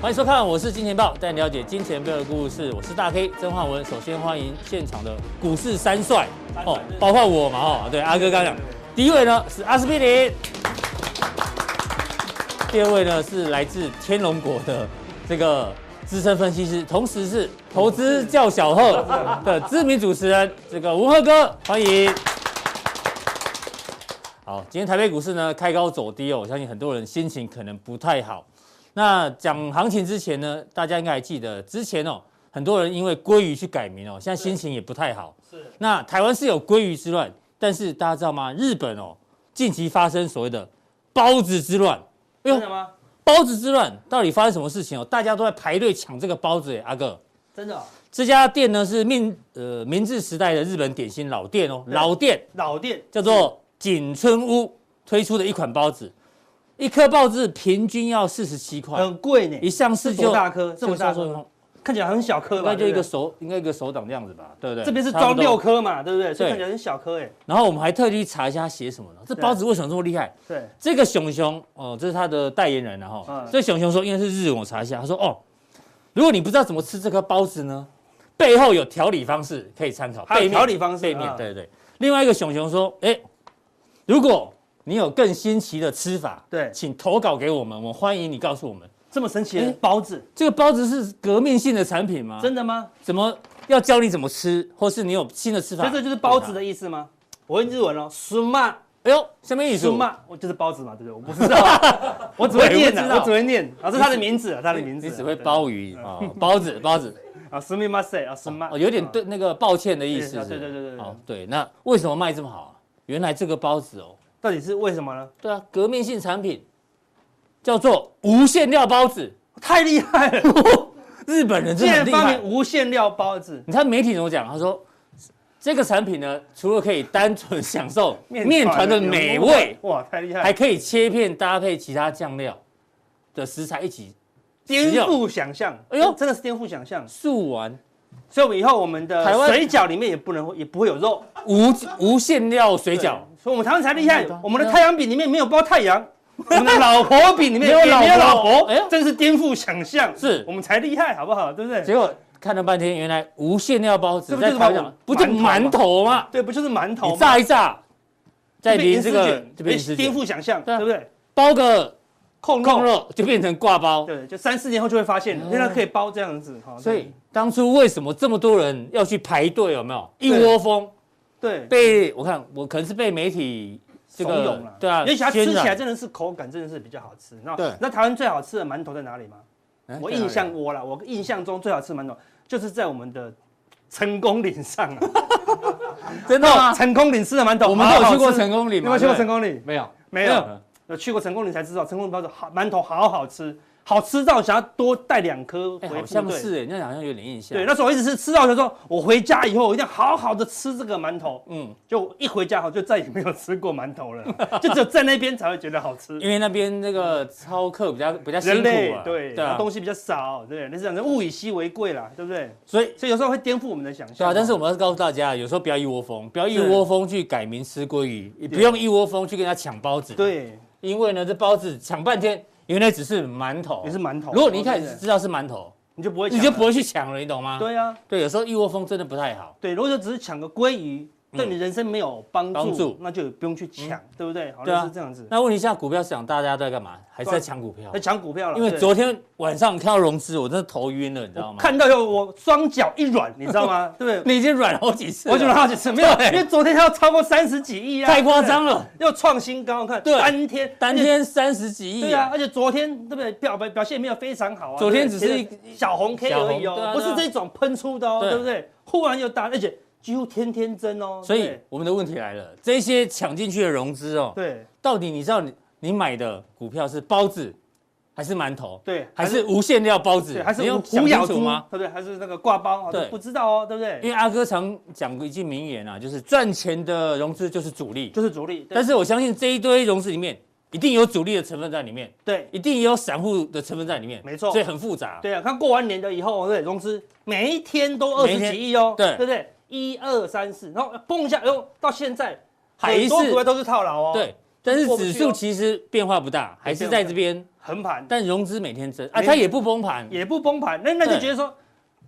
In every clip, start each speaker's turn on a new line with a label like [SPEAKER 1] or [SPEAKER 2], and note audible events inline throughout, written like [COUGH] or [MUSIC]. [SPEAKER 1] 欢迎收看，我是金钱豹，带你了解金钱背后的故事。我是大 K 曾焕文。首先欢迎现场的股市三帅哦，包括我嘛哦，对，阿哥刚讲，第一位呢是阿司匹林，第二位呢是来自天龙国的这个资深分析师，同时是投资叫小贺的知名主持人，这个吴赫哥，欢迎。好，今天台北股市呢开高走低哦，我相信很多人心情可能不太好。那讲行情之前呢，大家应该还记得，之前哦，很多人因为鲑鱼去改名哦，现在心情也不太好。是。
[SPEAKER 2] 哎
[SPEAKER 1] 那台湾是有鲑鱼之乱，但是大家知道吗？日本哦，近期发生所谓的包子之乱。哎
[SPEAKER 2] 真的吗？
[SPEAKER 1] 包子之乱到底发生什么事情哦？大家都在排队抢这个包子耶，阿哥。
[SPEAKER 2] 真的哦、
[SPEAKER 1] 这家店呢是明呃明治时代的日本点心老店哦，
[SPEAKER 2] 对
[SPEAKER 1] 老店
[SPEAKER 2] 老店
[SPEAKER 1] 叫做锦村屋推出的一款包子，一颗包子平均要四十七块，
[SPEAKER 2] 很贵呢，
[SPEAKER 1] 一上市
[SPEAKER 2] 嗯这多
[SPEAKER 1] 就
[SPEAKER 2] 大颗，这么大
[SPEAKER 1] 就
[SPEAKER 2] 颗，看起来很小颗
[SPEAKER 1] 应
[SPEAKER 2] 吧？
[SPEAKER 1] 该就一个
[SPEAKER 2] 对不对
[SPEAKER 1] 手，应该一个手掌这样子吧，对不对？
[SPEAKER 2] 这边是
[SPEAKER 1] 差不
[SPEAKER 2] 装
[SPEAKER 1] 多
[SPEAKER 2] 六。颗嘛，对不对？所
[SPEAKER 1] 对
[SPEAKER 2] 以看起来很小颗哎。
[SPEAKER 1] 然后我们还特地查一下它写什么呢？这
[SPEAKER 2] 对
[SPEAKER 1] 包子为什么这么厉害？
[SPEAKER 2] 对，
[SPEAKER 1] 这个熊熊哦，这是他的代言人然后，
[SPEAKER 2] 嗯
[SPEAKER 1] 这熊熊说应该是日文，我查一下，他说哦，如果你不知道怎么吃这颗包子呢，背后有调理方式可以参考，
[SPEAKER 2] 还
[SPEAKER 1] 背
[SPEAKER 2] 有
[SPEAKER 1] 面
[SPEAKER 2] 调理方式，
[SPEAKER 1] 背面
[SPEAKER 2] 啊，
[SPEAKER 1] 对对。另外一个熊熊说，哎，如果你有更新奇的吃法，
[SPEAKER 2] 对
[SPEAKER 1] 请投稿给我们，我们欢迎你告诉我们。
[SPEAKER 2] 这么神奇
[SPEAKER 1] 哎
[SPEAKER 2] 的包子，
[SPEAKER 1] 这个包子是革命性的产品吗？
[SPEAKER 2] 真的吗？
[SPEAKER 1] 怎么要教你怎么吃，或是你有新的吃法？
[SPEAKER 2] 所以这就是包子的意思吗？我问日文哦，苏骂
[SPEAKER 1] 哎呦，下面一
[SPEAKER 2] 苏
[SPEAKER 1] 组，
[SPEAKER 2] 骂，我就是包子嘛，对不对？我不知道，
[SPEAKER 1] [LAUGHS]
[SPEAKER 2] 我只会念
[SPEAKER 1] 我也不知
[SPEAKER 2] 的，
[SPEAKER 1] 道
[SPEAKER 2] 我只会念啊，这是他的名字啊，他的名字嗯
[SPEAKER 1] 你
[SPEAKER 2] 啊，
[SPEAKER 1] 只会包鱼啊，包子包子。
[SPEAKER 2] 对啊，苏密马塞啊，苏骂
[SPEAKER 1] 哦，，有点对那个抱歉的意
[SPEAKER 2] 对
[SPEAKER 1] 思
[SPEAKER 2] 啊
[SPEAKER 1] 是不是。
[SPEAKER 2] 对对对对对
[SPEAKER 1] 哦，对，那为什么卖这么好啊、原来这个包子哦，
[SPEAKER 2] 到底是为什么呢？
[SPEAKER 1] 对啊，革命性产品叫做无馅料包子，
[SPEAKER 2] 太厉
[SPEAKER 1] [LAUGHS]
[SPEAKER 2] 害了，
[SPEAKER 1] 日本人
[SPEAKER 2] 竟
[SPEAKER 1] 真的
[SPEAKER 2] 然
[SPEAKER 1] 很厉
[SPEAKER 2] 发明
[SPEAKER 1] 害。
[SPEAKER 2] 无馅料包子，
[SPEAKER 1] 你看媒体怎么讲？他说这个产品呢，除了可以单纯享受面团的美味，，
[SPEAKER 2] 哇，太厉害了！
[SPEAKER 1] 还可以切片搭配其他酱料的食材一起
[SPEAKER 2] 颠覆想象，
[SPEAKER 1] 哎
[SPEAKER 2] 哎
[SPEAKER 1] 呦
[SPEAKER 2] 呦，真的是颠覆想象。
[SPEAKER 1] 素完
[SPEAKER 2] 所以我们以后我们的
[SPEAKER 1] 台湾
[SPEAKER 2] 水饺里面也不能也不会有肉，
[SPEAKER 1] 无无馅料水
[SPEAKER 2] 水
[SPEAKER 1] 饺。，
[SPEAKER 2] 所以我们台湾才厉害
[SPEAKER 1] 对啊。
[SPEAKER 2] 我们的太阳饼里面没有包太阳，我们的老婆
[SPEAKER 1] [LAUGHS]
[SPEAKER 2] 饼里面
[SPEAKER 1] 没有
[SPEAKER 2] 也没有
[SPEAKER 1] 老婆
[SPEAKER 2] 老婆，
[SPEAKER 1] 哎
[SPEAKER 2] 哎
[SPEAKER 1] 呦
[SPEAKER 2] 真是颠覆想象。
[SPEAKER 1] 是
[SPEAKER 2] 我们才厉害，好不好？对不对？
[SPEAKER 1] 结果看了半天，原来无馅料包子
[SPEAKER 2] 这不就
[SPEAKER 1] 在
[SPEAKER 2] 是
[SPEAKER 1] 台湾不
[SPEAKER 2] 馒
[SPEAKER 1] 就
[SPEAKER 2] 头吗
[SPEAKER 1] 馒头吗？
[SPEAKER 2] 对，不就是馒头
[SPEAKER 1] 你
[SPEAKER 2] 吗？
[SPEAKER 1] 炸一炸，再淋这
[SPEAKER 2] 这
[SPEAKER 1] 个
[SPEAKER 2] 边
[SPEAKER 1] 就变
[SPEAKER 2] 银
[SPEAKER 1] 成
[SPEAKER 2] 丝卷哎颠覆想象，
[SPEAKER 1] 对啊
[SPEAKER 2] 对不对？
[SPEAKER 1] 包个
[SPEAKER 2] 控
[SPEAKER 1] 控
[SPEAKER 2] 肉，
[SPEAKER 1] 肉就变成挂包。
[SPEAKER 2] 对，就三四年后就会发现了，原来可以包这样子哈。
[SPEAKER 1] 所以当初为什么这么多人要去排队？有没有一窝蜂
[SPEAKER 2] 对，对
[SPEAKER 1] 被我看我可能是被媒体这
[SPEAKER 2] 怂恿
[SPEAKER 1] 个
[SPEAKER 2] 了，
[SPEAKER 1] 对啊，
[SPEAKER 2] 也许它吃
[SPEAKER 1] 渲
[SPEAKER 2] 起
[SPEAKER 1] 染
[SPEAKER 2] 来真的是口感真的是比较好吃。那
[SPEAKER 1] 对
[SPEAKER 2] 那台湾最好吃的馒头在哪里吗？
[SPEAKER 1] 哎
[SPEAKER 2] 我
[SPEAKER 1] 在哪
[SPEAKER 2] 印
[SPEAKER 1] 里
[SPEAKER 2] 象我啦，我印象中最好吃的馒头就是在我们的成功岭上啊，
[SPEAKER 1] 真的吗？
[SPEAKER 2] 成功岭吃的馒头，
[SPEAKER 1] [LAUGHS] 我们都有去过
[SPEAKER 2] 好好吃
[SPEAKER 1] 成功岭
[SPEAKER 2] 你
[SPEAKER 1] 吗，
[SPEAKER 2] 有没有去过
[SPEAKER 1] 对
[SPEAKER 2] 成功岭？
[SPEAKER 1] 没有？
[SPEAKER 2] 没有，有去过成功岭才知道，成功岭包子好馒头好好吃，好吃到想要多带两颗
[SPEAKER 1] 哎，
[SPEAKER 2] 回
[SPEAKER 1] 好
[SPEAKER 2] 部
[SPEAKER 1] 像
[SPEAKER 2] 队。
[SPEAKER 1] 是哎，那好像有点印象。
[SPEAKER 2] 对，，那时候我一直是吃到就说，我回家以后我一定要好好的吃这个馒头，
[SPEAKER 1] 嗯，
[SPEAKER 2] 就一回家后就再也没有吃过馒头了， [LAUGHS] 就只有在那边才会觉得好吃。
[SPEAKER 1] 因为那边那个操客比较比较辛
[SPEAKER 2] 人
[SPEAKER 1] 苦
[SPEAKER 2] 类
[SPEAKER 1] 啊，
[SPEAKER 2] 对，
[SPEAKER 1] 对
[SPEAKER 2] 然
[SPEAKER 1] 啊
[SPEAKER 2] 后，东西比较少，对，那是讲物以稀为贵啦，对不对？
[SPEAKER 1] 所以。
[SPEAKER 2] 所以有时候会颠覆我们的想象。
[SPEAKER 1] 对啊，但是我们要告诉大家，有时候不要一窝蜂，不要一
[SPEAKER 2] 是
[SPEAKER 1] 窝蜂去改名吃鲑鱼，也不用一窝蜂去跟人家抢包子。
[SPEAKER 2] 对，
[SPEAKER 1] 因为呢，这包子抢半天，原来只是馒头，
[SPEAKER 2] 也是馒头。
[SPEAKER 1] 如果你一开
[SPEAKER 2] 对
[SPEAKER 1] 始
[SPEAKER 2] 不对
[SPEAKER 1] 知道是馒头，
[SPEAKER 2] 你就不会，啊
[SPEAKER 1] 你就不。会去抢了，你懂吗？
[SPEAKER 2] 对啊，
[SPEAKER 1] 对，有时候一窝蜂真的不太好。
[SPEAKER 2] 对，如果就只是抢个鲑鱼，对你人生没有帮
[SPEAKER 1] 嗯帮助
[SPEAKER 2] 助，那就不用去抢，对不对？好
[SPEAKER 1] 对啊
[SPEAKER 2] 像是这样子。
[SPEAKER 1] 那问题现在股票市场大家都在干嘛？还是在
[SPEAKER 2] 对啊
[SPEAKER 1] 抢股票
[SPEAKER 2] 那？抢股票了，
[SPEAKER 1] 因为
[SPEAKER 2] 对
[SPEAKER 1] 昨天晚上看到融资，我真的头晕了，你知道
[SPEAKER 2] 我
[SPEAKER 1] 吗？
[SPEAKER 2] 看到以后我双脚一
[SPEAKER 1] [LAUGHS]
[SPEAKER 2] 软，你知道吗？对不对？
[SPEAKER 1] 你已经软好几次了，
[SPEAKER 2] 我就让他去吃，没有，
[SPEAKER 1] 啊对
[SPEAKER 2] 因为昨天它要超过三十几亿啊，
[SPEAKER 1] 太夸
[SPEAKER 2] 对不对
[SPEAKER 1] 张了，
[SPEAKER 2] 又创新高，看
[SPEAKER 1] 对
[SPEAKER 2] 单天
[SPEAKER 1] 当
[SPEAKER 2] 而且
[SPEAKER 1] 天三十几亿。
[SPEAKER 2] 对啊，，而且昨天对不对表表表现没有非常好啊，
[SPEAKER 1] 昨天
[SPEAKER 2] 对不
[SPEAKER 1] 只
[SPEAKER 2] 对
[SPEAKER 1] 是一
[SPEAKER 2] 其实小红 K
[SPEAKER 1] 小红
[SPEAKER 2] 而已
[SPEAKER 1] 对啊
[SPEAKER 2] 哦，不
[SPEAKER 1] 对
[SPEAKER 2] 是
[SPEAKER 1] 啊
[SPEAKER 2] 这种喷出的哦，
[SPEAKER 1] 对
[SPEAKER 2] 对不对？忽然又大，而且几乎天天增哦，
[SPEAKER 1] 所以
[SPEAKER 2] 对
[SPEAKER 1] 我们的问题来了，这些抢进去的融资哦，
[SPEAKER 2] 对
[SPEAKER 1] 到底你知道你你买的股票是包子还是馒头？
[SPEAKER 2] 对
[SPEAKER 1] 还是无限料包子？
[SPEAKER 2] 对还是
[SPEAKER 1] 你有
[SPEAKER 2] 虎
[SPEAKER 1] 想
[SPEAKER 2] 虎
[SPEAKER 1] 清
[SPEAKER 2] 咬
[SPEAKER 1] 楚
[SPEAKER 2] 猪
[SPEAKER 1] 吗？？
[SPEAKER 2] 对不对？还是那个挂包啊？
[SPEAKER 1] 对
[SPEAKER 2] 都不知道哦，对不
[SPEAKER 1] 因
[SPEAKER 2] 对？
[SPEAKER 1] 为阿哥常讲过一句名言啊，就是赚钱的融资就是主力，
[SPEAKER 2] 就是主力，
[SPEAKER 1] 但
[SPEAKER 2] 对
[SPEAKER 1] 是我相信这一堆融资里面一定有主力的成分在里面，
[SPEAKER 2] 对
[SPEAKER 1] 一定也有散户的成分在里面，
[SPEAKER 2] 没错
[SPEAKER 1] 所以很复杂。
[SPEAKER 2] 对啊！看过完年的以后，对融资每一天都二
[SPEAKER 1] 每一天
[SPEAKER 2] 十几亿哦，
[SPEAKER 1] 对
[SPEAKER 2] 对不对？呃一二三四，然后蹦一下，哎呦，到现在
[SPEAKER 1] 还
[SPEAKER 2] 很多
[SPEAKER 1] 是
[SPEAKER 2] 股票都是套牢哦，
[SPEAKER 1] 对，但是
[SPEAKER 2] 过不去
[SPEAKER 1] 指
[SPEAKER 2] 哦
[SPEAKER 1] 数其实变化不大，还是在这边，
[SPEAKER 2] 横盘
[SPEAKER 1] 但融资每天增啊，
[SPEAKER 2] 没
[SPEAKER 1] 它也不崩盘，
[SPEAKER 2] 也不崩盘，那那就
[SPEAKER 1] 对
[SPEAKER 2] 觉得说，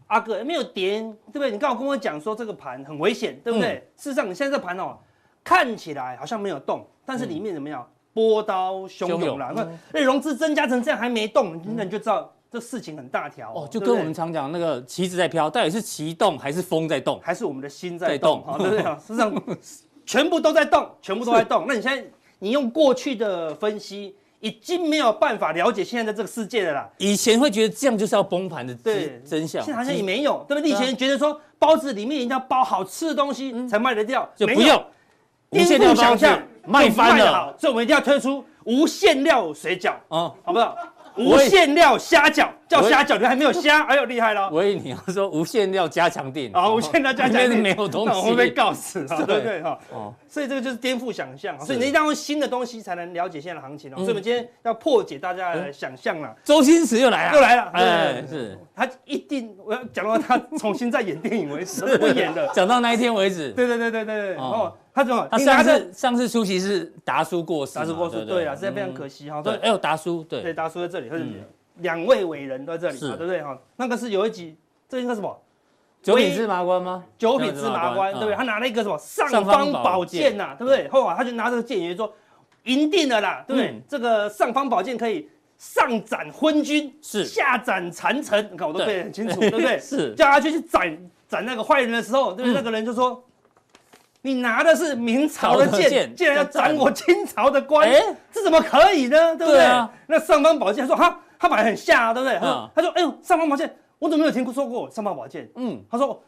[SPEAKER 2] 阿哥没有跌，对不对？你刚好跟我讲说这个盘很危险，对不
[SPEAKER 1] 嗯
[SPEAKER 2] 对？事实上，你现在这盘哦，看起来好像没有动，但是
[SPEAKER 1] 嗯
[SPEAKER 2] 里面怎么样？波涛汹涌啦！那、那哎融资增加成这样还没动，那你就知道这事情很大条
[SPEAKER 1] 嗯哦，就跟
[SPEAKER 2] 对不
[SPEAKER 1] 我
[SPEAKER 2] 对
[SPEAKER 1] 们常讲那个旗子在飘，到底是旗动还是风在动？
[SPEAKER 2] 还是我们的心
[SPEAKER 1] 在
[SPEAKER 2] 在
[SPEAKER 1] 动
[SPEAKER 2] 动，哈，对不对？
[SPEAKER 1] [LAUGHS]
[SPEAKER 2] 事实上，全部都在动，全部都在动。那你现在你用过去的分析，已经没有办法了解现在的这个世界了啦。
[SPEAKER 1] 以前会觉得这样就是要崩盘的
[SPEAKER 2] 对
[SPEAKER 1] 真真相，
[SPEAKER 2] 现在好像
[SPEAKER 1] 其
[SPEAKER 2] 也
[SPEAKER 1] 实
[SPEAKER 2] 没有，对不对？你以
[SPEAKER 1] 对啊嗯
[SPEAKER 2] 前觉得说包子里面一定要包好吃的东西才卖得掉，
[SPEAKER 1] 就
[SPEAKER 2] 没
[SPEAKER 1] 不
[SPEAKER 2] 有
[SPEAKER 1] 用无
[SPEAKER 2] 颠
[SPEAKER 1] 限量
[SPEAKER 2] 覆
[SPEAKER 1] 包
[SPEAKER 2] 想
[SPEAKER 1] 子
[SPEAKER 2] 象，
[SPEAKER 1] 卖
[SPEAKER 2] 就
[SPEAKER 1] 翻
[SPEAKER 2] 得
[SPEAKER 1] 了
[SPEAKER 2] 好，所以我们一定要推出无限料水饺，
[SPEAKER 1] 哦。
[SPEAKER 2] 好不好？无
[SPEAKER 1] 我也
[SPEAKER 2] 限料虾饺叫
[SPEAKER 1] 我也
[SPEAKER 2] 虾饺，你还没有虾，哎呦厉害了！
[SPEAKER 1] 我以为你要说无限料加强定
[SPEAKER 2] 啊，我现在加
[SPEAKER 1] 里
[SPEAKER 2] 起来
[SPEAKER 1] 面没
[SPEAKER 2] [LAUGHS]
[SPEAKER 1] 有东
[SPEAKER 2] 那我会被
[SPEAKER 1] 西，
[SPEAKER 2] 告死啊，对不对哈？
[SPEAKER 1] 哦
[SPEAKER 2] 所以这个就是颠覆想象
[SPEAKER 1] 是
[SPEAKER 2] 啊，
[SPEAKER 1] 嗯
[SPEAKER 2] 所以你一定要用新的东西才能了解现在的行情哦。所以我们今天要破解大家的想象啦，
[SPEAKER 1] 周星驰又来
[SPEAKER 2] 又
[SPEAKER 1] 了，
[SPEAKER 2] 来了，
[SPEAKER 1] 哎
[SPEAKER 2] 哎，
[SPEAKER 1] 是
[SPEAKER 2] 他一定我要讲到他重新再演电影为
[SPEAKER 1] [LAUGHS]
[SPEAKER 2] 止，不演的，
[SPEAKER 1] 讲到那一天为止，
[SPEAKER 2] 对对对对对对，哦，他怎么
[SPEAKER 1] 他
[SPEAKER 2] 因为
[SPEAKER 1] 上
[SPEAKER 2] 的
[SPEAKER 1] 次上次出席是达叔过世嘛，
[SPEAKER 2] 达叔过世，对啊，实在非常
[SPEAKER 1] 惜。
[SPEAKER 2] 可惜哈，
[SPEAKER 1] 对，
[SPEAKER 2] 对
[SPEAKER 1] 哎呦达叔，
[SPEAKER 2] 对，
[SPEAKER 1] 对，
[SPEAKER 2] 达叔在这里，或者
[SPEAKER 1] 嗯
[SPEAKER 2] 两位伟人都在这里
[SPEAKER 1] 是
[SPEAKER 2] 嘛，对不对哈？那个是有一集，这应该什么？
[SPEAKER 1] 九品芝麻官吗？
[SPEAKER 2] 九品芝麻官，
[SPEAKER 1] 嗯
[SPEAKER 2] 对不对？他拿了一个什么上
[SPEAKER 1] 上嗯方
[SPEAKER 2] 方
[SPEAKER 1] 宝
[SPEAKER 2] 宝
[SPEAKER 1] 剑
[SPEAKER 2] 剑呐、对不对？后来他就拿这个剑，也就是说赢定了啦，对不对？
[SPEAKER 1] 嗯
[SPEAKER 2] 这个上方宝剑可以上斩昏君，
[SPEAKER 1] 是
[SPEAKER 2] 下斩谗臣，你看我都
[SPEAKER 1] 对
[SPEAKER 2] 背得很清楚，对不对？
[SPEAKER 1] [LAUGHS] 是
[SPEAKER 2] 叫他去去斩斩那个坏人的时候，对不
[SPEAKER 1] 嗯
[SPEAKER 2] 对？那个人就说。你拿的是明朝的
[SPEAKER 1] 朝的剑
[SPEAKER 2] 剑，竟然要斩我清朝的官
[SPEAKER 1] 哎，
[SPEAKER 2] 这怎么可以呢？对不
[SPEAKER 1] 对
[SPEAKER 2] 对
[SPEAKER 1] 啊？
[SPEAKER 2] 那上方宝剑说哈，他买很下啊，对不对？他
[SPEAKER 1] 嗯
[SPEAKER 2] 说他说，哎呦，上方宝剑，我怎么没有听说过上方宝剑？
[SPEAKER 1] 嗯，
[SPEAKER 2] 他说：“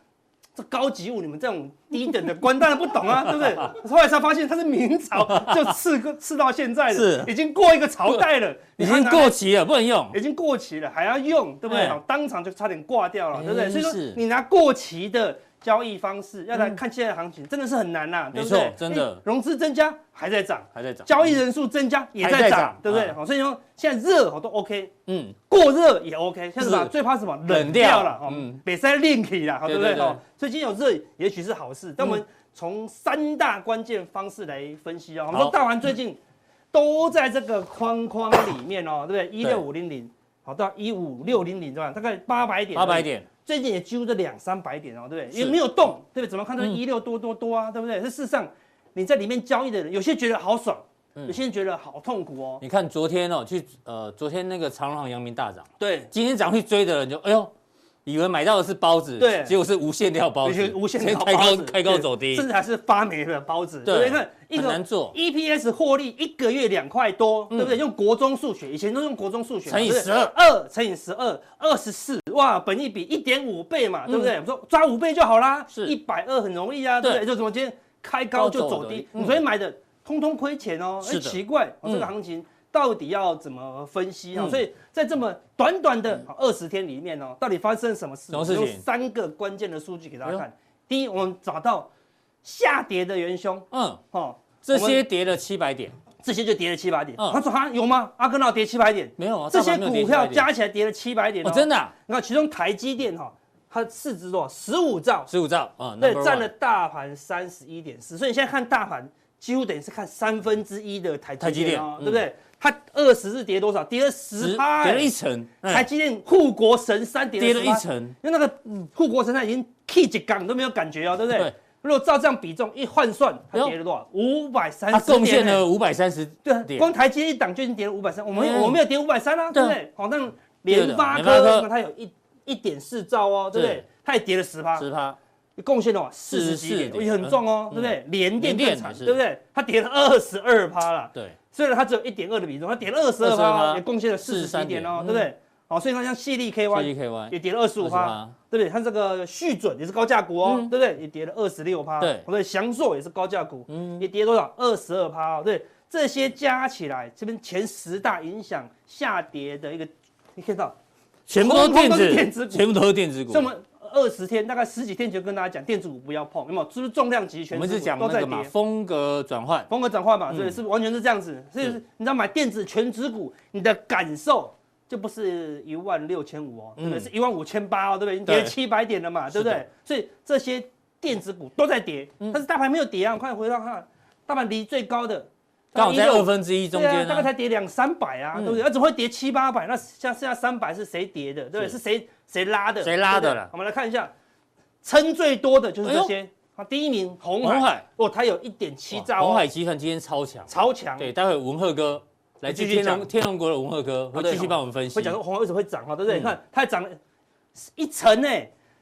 [SPEAKER 2] 这高级物，你们这种低等的官当然不懂
[SPEAKER 1] [LAUGHS]
[SPEAKER 2] 啊，对不对？”后来才发现他是明朝就刺个刺到现在的，
[SPEAKER 1] 是
[SPEAKER 2] 已经过一个朝代了，
[SPEAKER 1] 已
[SPEAKER 2] 还
[SPEAKER 1] 经
[SPEAKER 2] 拿哎
[SPEAKER 1] 过期了，不能用。
[SPEAKER 2] 已经过期了，还要用，对不对
[SPEAKER 1] 哎？
[SPEAKER 2] 当场就差点挂掉了，对不
[SPEAKER 1] 哎
[SPEAKER 2] 对？所以说
[SPEAKER 1] 是嗯
[SPEAKER 2] 你拿过期的交易方式要来看现在的行情，真的是很难呐，对不
[SPEAKER 1] 没
[SPEAKER 2] 对
[SPEAKER 1] 错？真的
[SPEAKER 2] 哎融资增加还在涨，
[SPEAKER 1] 还在涨，
[SPEAKER 2] 交易人数增加也
[SPEAKER 1] 还在
[SPEAKER 2] 在
[SPEAKER 1] 涨
[SPEAKER 2] 涨，对不对？
[SPEAKER 1] 啊
[SPEAKER 2] 好，所以说现在热好都 OK，
[SPEAKER 1] 嗯，
[SPEAKER 2] 过热也 OK，像是什么
[SPEAKER 1] 是
[SPEAKER 2] 最怕是什么
[SPEAKER 1] 冷
[SPEAKER 2] 冷
[SPEAKER 1] 掉
[SPEAKER 2] 掉了，哦
[SPEAKER 1] 嗯，
[SPEAKER 2] 别再练起啦，好
[SPEAKER 1] 对
[SPEAKER 2] 对不对？
[SPEAKER 1] 对对嗯
[SPEAKER 2] 哦，所以今天有热也许是好事，但我们从三大关键方式来分析哦。我们
[SPEAKER 1] 好
[SPEAKER 2] 说大盘最近都在这个框框里面哦，对不对？一六五零零，好到一五六零零对吧？大概八百点，
[SPEAKER 1] 八百，点，
[SPEAKER 2] 最近也几乎这两三百点哦，对不对？
[SPEAKER 1] 是
[SPEAKER 2] 也没有动，对不对？怎么看都
[SPEAKER 1] 嗯
[SPEAKER 2] 一六多多多啊，对不对？这事实上你在里面交易的人，有些觉得好爽，
[SPEAKER 1] 嗯
[SPEAKER 2] 有些人觉得好痛苦哦。
[SPEAKER 1] 你看昨天哦，去呃，昨天那个长荣行阳明大涨，
[SPEAKER 2] 对，
[SPEAKER 1] 今天涨去追的人就哎呦，以为买到的是包子，
[SPEAKER 2] 对
[SPEAKER 1] 结果是无限料包
[SPEAKER 2] 而且
[SPEAKER 1] 子，
[SPEAKER 2] 无限
[SPEAKER 1] 先
[SPEAKER 2] 量
[SPEAKER 1] 开
[SPEAKER 2] 包
[SPEAKER 1] 高
[SPEAKER 2] 子
[SPEAKER 1] 开高
[SPEAKER 2] 对
[SPEAKER 1] 走低，
[SPEAKER 2] 甚至还是发霉的包子。
[SPEAKER 1] 对
[SPEAKER 2] 对不对，你看一
[SPEAKER 1] 很难
[SPEAKER 2] 个
[SPEAKER 1] 做，嗯
[SPEAKER 2] EPS 获利一个月两块多，对不对？用国中数学，以前都用国中数学嘛，
[SPEAKER 1] 乘以
[SPEAKER 2] 对不对
[SPEAKER 1] 12
[SPEAKER 2] 二乘以十二，二十四，哇，本益比一点五倍嘛，对不对？我说抓五倍就好啦，
[SPEAKER 1] 嗯是
[SPEAKER 2] 一百二很容易啊，对不
[SPEAKER 1] 对
[SPEAKER 2] 对？就怎么今天开高就
[SPEAKER 1] 高走
[SPEAKER 2] 走
[SPEAKER 1] 低
[SPEAKER 2] 低，
[SPEAKER 1] 嗯
[SPEAKER 2] 你昨天买的通通亏钱哦，
[SPEAKER 1] 是
[SPEAKER 2] 哎，
[SPEAKER 1] 的
[SPEAKER 2] 奇怪，哦这
[SPEAKER 1] 嗯
[SPEAKER 2] 个行情。到底要怎么分析啊？
[SPEAKER 1] 嗯
[SPEAKER 2] 所以在这么短短的二十天里面哦，到底发生什么
[SPEAKER 1] 什
[SPEAKER 2] 事？
[SPEAKER 1] 么事
[SPEAKER 2] 我们
[SPEAKER 1] 情
[SPEAKER 2] 用三个关键的数据给大
[SPEAKER 1] 哎
[SPEAKER 2] 家
[SPEAKER 1] 呦
[SPEAKER 2] 看。第一，我们找到下跌的元凶，
[SPEAKER 1] 嗯，
[SPEAKER 2] 哦，
[SPEAKER 1] 这些跌了七百点，
[SPEAKER 2] 这些就跌了七百点。
[SPEAKER 1] 嗯
[SPEAKER 2] 他说哈有吗？阿根纳跌七百点，
[SPEAKER 1] 没有啊，
[SPEAKER 2] 这
[SPEAKER 1] 大
[SPEAKER 2] 些
[SPEAKER 1] 盘没有跌
[SPEAKER 2] 股票
[SPEAKER 1] 700点
[SPEAKER 2] 加起来跌了七百点、哦
[SPEAKER 1] 哦，真的啊
[SPEAKER 2] 你看，其中台积电哈、它市值多少？十五兆，
[SPEAKER 1] 十五兆啊，
[SPEAKER 2] 对
[SPEAKER 1] number，one
[SPEAKER 2] 占了大盘三十一点四。所以你现在看大盘，几乎等于是看三分之一的台积电哦，
[SPEAKER 1] 台积电嗯
[SPEAKER 2] 对不对？它二十日跌多少？跌了
[SPEAKER 1] 十
[SPEAKER 2] 十趴、
[SPEAKER 1] 跌了
[SPEAKER 2] 哎
[SPEAKER 1] 一层，嗯
[SPEAKER 2] 台积电护国神山跌
[SPEAKER 1] 跌了
[SPEAKER 2] 10%
[SPEAKER 1] 一层，
[SPEAKER 2] 因为那个护国神山已经 K 一杠都没有感觉哦，对不对？
[SPEAKER 1] 对
[SPEAKER 2] 如果照这样比重一换算，
[SPEAKER 1] 哎
[SPEAKER 2] 它
[SPEAKER 1] 呦
[SPEAKER 2] 跌了多少？五百三
[SPEAKER 1] 它
[SPEAKER 2] 十
[SPEAKER 1] 贡献了五百三十
[SPEAKER 2] 对啊，
[SPEAKER 1] 点，
[SPEAKER 2] 光台积电一档就已经跌了五百三，我们、
[SPEAKER 1] 嗯
[SPEAKER 2] 我们有跌五百三啦，
[SPEAKER 1] 对
[SPEAKER 2] 对
[SPEAKER 1] 啊
[SPEAKER 2] 不对？好、那
[SPEAKER 1] 对的
[SPEAKER 2] 联发
[SPEAKER 1] 联发科
[SPEAKER 2] 科那它有一一点四兆哦，对不
[SPEAKER 1] 是
[SPEAKER 2] 对？它也跌了十趴，
[SPEAKER 1] 十趴，
[SPEAKER 2] 贡献了四
[SPEAKER 1] 44
[SPEAKER 2] 十几点，
[SPEAKER 1] 点
[SPEAKER 2] 也很重哦，
[SPEAKER 1] 嗯
[SPEAKER 2] 对不对？联
[SPEAKER 1] 联
[SPEAKER 2] 电
[SPEAKER 1] 电
[SPEAKER 2] 更惨，
[SPEAKER 1] 也是
[SPEAKER 2] 对不对？它跌了二十二趴啦，
[SPEAKER 1] 对，
[SPEAKER 2] 虽然它只有一点二的比重，它跌了二十二
[SPEAKER 1] 22%
[SPEAKER 2] 趴，也贡献了四十几点哦，
[SPEAKER 1] 43点
[SPEAKER 2] 对不对？好、所以它像细粒
[SPEAKER 1] C
[SPEAKER 2] KY
[SPEAKER 1] D 嗯 K Y
[SPEAKER 2] 也跌了二十五趴。对不对？它这个续准也是高价股哦，
[SPEAKER 1] 嗯
[SPEAKER 2] 对不对？也跌了二十六趴，
[SPEAKER 1] 对
[SPEAKER 2] 不对？翔硕也是高价股，
[SPEAKER 1] 嗯
[SPEAKER 2] 也跌多少？二十二趴，哦对，这些加起来，这边前十大影响下跌的一个，你看到，
[SPEAKER 1] 全部都是
[SPEAKER 2] 通通都是
[SPEAKER 1] 电
[SPEAKER 2] 电
[SPEAKER 1] 子，
[SPEAKER 2] 子股
[SPEAKER 1] 全部都是电子股
[SPEAKER 2] 所以。我们二十天大概十几天前就跟大家讲，电子股不要碰，有没有？是不是重量级
[SPEAKER 1] 我
[SPEAKER 2] 全
[SPEAKER 1] 们
[SPEAKER 2] 指
[SPEAKER 1] 是讲
[SPEAKER 2] 股都
[SPEAKER 1] 那
[SPEAKER 2] 在
[SPEAKER 1] 个
[SPEAKER 2] 跌
[SPEAKER 1] 嘛，？风格转换，
[SPEAKER 2] 风格转换嘛，
[SPEAKER 1] 嗯
[SPEAKER 2] 对，是不是完全是这样子？所以
[SPEAKER 1] 是
[SPEAKER 2] 你知道买电子全指股，你的感受就不是一万六千五哦，对不对？
[SPEAKER 1] 嗯
[SPEAKER 2] 是一万五千八哦，对不对？你跌了七百点了嘛，对不
[SPEAKER 1] 是嗯
[SPEAKER 2] 对？所以这些电子股都在跌，但是大盘没有跌啊。我快回到看，大盘离最高的
[SPEAKER 1] 刚好在二分之一中
[SPEAKER 2] 对啊，
[SPEAKER 1] 间
[SPEAKER 2] 大概才
[SPEAKER 1] 啊。
[SPEAKER 2] 跌两三百啊，
[SPEAKER 1] 嗯
[SPEAKER 2] 对不对？那只会跌七八百，那像剩下三百是谁跌的？对不对？
[SPEAKER 1] 是
[SPEAKER 2] 是谁谁拉的？
[SPEAKER 1] 谁拉的
[SPEAKER 2] 对不对
[SPEAKER 1] 啦哎
[SPEAKER 2] 我们来看一下，撑最多的就是这些。啊，第一名红
[SPEAKER 1] 红
[SPEAKER 2] 海，
[SPEAKER 1] 海，
[SPEAKER 2] 哦，它有一点七
[SPEAKER 1] 哇
[SPEAKER 2] 兆哦，
[SPEAKER 1] 红海集团今天超强。
[SPEAKER 2] 超强，
[SPEAKER 1] 对，待会文赫哥来自
[SPEAKER 2] 继续
[SPEAKER 1] 天
[SPEAKER 2] 讲
[SPEAKER 1] 龙天龙国的文赫哥会
[SPEAKER 2] 对
[SPEAKER 1] 继续帮我们分析。
[SPEAKER 2] 会讲说红海为什么会涨哈，对不
[SPEAKER 1] 嗯
[SPEAKER 2] 对？你看它涨了一层呢，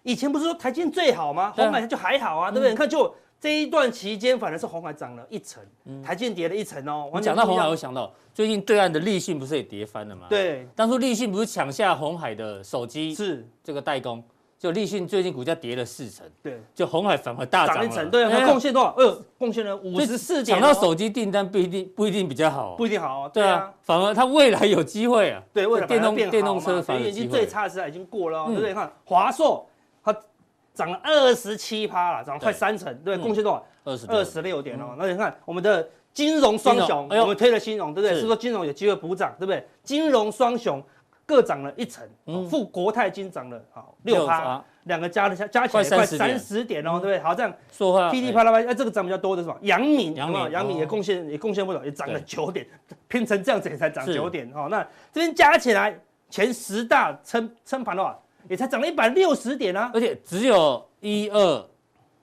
[SPEAKER 2] 以前不是说台积电最好吗？
[SPEAKER 1] 对啊
[SPEAKER 2] 红海就还好啊，对不对？你看就这一段期间，反而是红海涨了一层，台积电跌了一层哦。
[SPEAKER 1] 我
[SPEAKER 2] 完全
[SPEAKER 1] 嗯讲到
[SPEAKER 2] 不一
[SPEAKER 1] 红海，
[SPEAKER 2] 样
[SPEAKER 1] 我想到最近对岸的立讯不是也跌翻了吗？，
[SPEAKER 2] 对，
[SPEAKER 1] 当初立讯不是抢下红海的手机
[SPEAKER 2] 是，
[SPEAKER 1] 这个代工，就立讯最近股价跌了四成，
[SPEAKER 2] 对，
[SPEAKER 1] 就红海反而大涨
[SPEAKER 2] 涨
[SPEAKER 1] 了
[SPEAKER 2] 一层，对，它
[SPEAKER 1] 呀
[SPEAKER 2] 贡献多少？哎呦，贡献了五十四点
[SPEAKER 1] 抢
[SPEAKER 2] 哦，
[SPEAKER 1] 到手机订单不一定不一定比较好哦，
[SPEAKER 2] 不一定好哦。
[SPEAKER 1] 对
[SPEAKER 2] 对
[SPEAKER 1] 啊
[SPEAKER 2] 啊，，
[SPEAKER 1] 反而它未来有机会啊。
[SPEAKER 2] 对，为了
[SPEAKER 1] 电
[SPEAKER 2] 把它
[SPEAKER 1] 动
[SPEAKER 2] 变好
[SPEAKER 1] 电动
[SPEAKER 2] 嘛
[SPEAKER 1] 车反而有
[SPEAKER 2] 因为已
[SPEAKER 1] 机
[SPEAKER 2] 经
[SPEAKER 1] 会
[SPEAKER 2] 最。差的时代已经过了哦，
[SPEAKER 1] 嗯
[SPEAKER 2] 对不对？你看华硕，它涨了二十七趴了，涨了快
[SPEAKER 1] 对
[SPEAKER 2] 三成，对，
[SPEAKER 1] 嗯
[SPEAKER 2] 贡献多少？
[SPEAKER 1] 二十
[SPEAKER 2] 二十六点哦。那你看我们的金融
[SPEAKER 1] 嗯
[SPEAKER 2] 双
[SPEAKER 1] 金融
[SPEAKER 2] 雄，
[SPEAKER 1] 哎呦
[SPEAKER 2] 我们推了金融，对不对？
[SPEAKER 1] 是
[SPEAKER 2] 是说金融有机会补涨，对不对？金融双雄各涨了一成，
[SPEAKER 1] 嗯
[SPEAKER 2] 哦富国泰金涨了好六趴，，两个加了下加起来
[SPEAKER 1] 快
[SPEAKER 2] 快
[SPEAKER 1] 30点嗯
[SPEAKER 2] 三十点哦，对不对？好，这样
[SPEAKER 1] 说话
[SPEAKER 2] 噼里
[SPEAKER 1] 哎
[SPEAKER 2] 啪啦啪，那这个涨比较多的是吧？阳明，
[SPEAKER 1] 阳
[SPEAKER 2] 有没有
[SPEAKER 1] 明
[SPEAKER 2] 阳明
[SPEAKER 1] 哦
[SPEAKER 2] 也贡献也贡献不少，也涨了
[SPEAKER 1] 对
[SPEAKER 2] 九点，拼成这样子也才涨
[SPEAKER 1] 是
[SPEAKER 2] 九点哦。那这边加起来前十大撑撑盘的话，也才涨了一百六十点啊，
[SPEAKER 1] 而且只有一二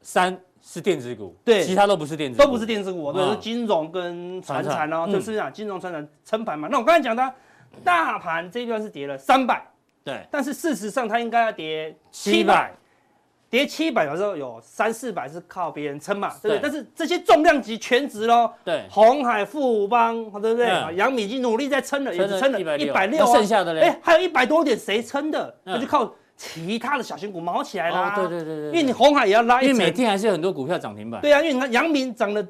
[SPEAKER 1] 三是电子股，
[SPEAKER 2] 对
[SPEAKER 1] 其他都不是电子股，
[SPEAKER 2] 都不是电子股，啊
[SPEAKER 1] 嗯
[SPEAKER 2] 对，是金融跟
[SPEAKER 1] 船
[SPEAKER 2] 船
[SPEAKER 1] 产
[SPEAKER 2] 产哦，
[SPEAKER 1] 嗯
[SPEAKER 2] 就是讲金融船产撑盘嘛。那我刚才讲的啊，大盘这一段是跌了三百，
[SPEAKER 1] 对
[SPEAKER 2] 但是事实上它应该要跌七
[SPEAKER 1] 700
[SPEAKER 2] 百。跌七百有时候有三四百是靠别人撑嘛，对
[SPEAKER 1] 对
[SPEAKER 2] 不对？但是这些重量级全值喽，
[SPEAKER 1] 对，
[SPEAKER 2] 红海、富邦，对不对？
[SPEAKER 1] 嗯
[SPEAKER 2] 啊杨米已经努力在撑了，也只撑了一百六
[SPEAKER 1] 那剩下的嘞，
[SPEAKER 2] 哎，还有一百多点谁撑的？
[SPEAKER 1] 嗯
[SPEAKER 2] 那就靠其他的小型股毛起来
[SPEAKER 1] 哦
[SPEAKER 2] 啦。
[SPEAKER 1] 对对对对，
[SPEAKER 2] 因为你红海也要拉
[SPEAKER 1] 因
[SPEAKER 2] 一
[SPEAKER 1] 为每
[SPEAKER 2] 层，
[SPEAKER 1] 天还是有很多股票涨停板，
[SPEAKER 2] 对啊，因为你看杨明涨了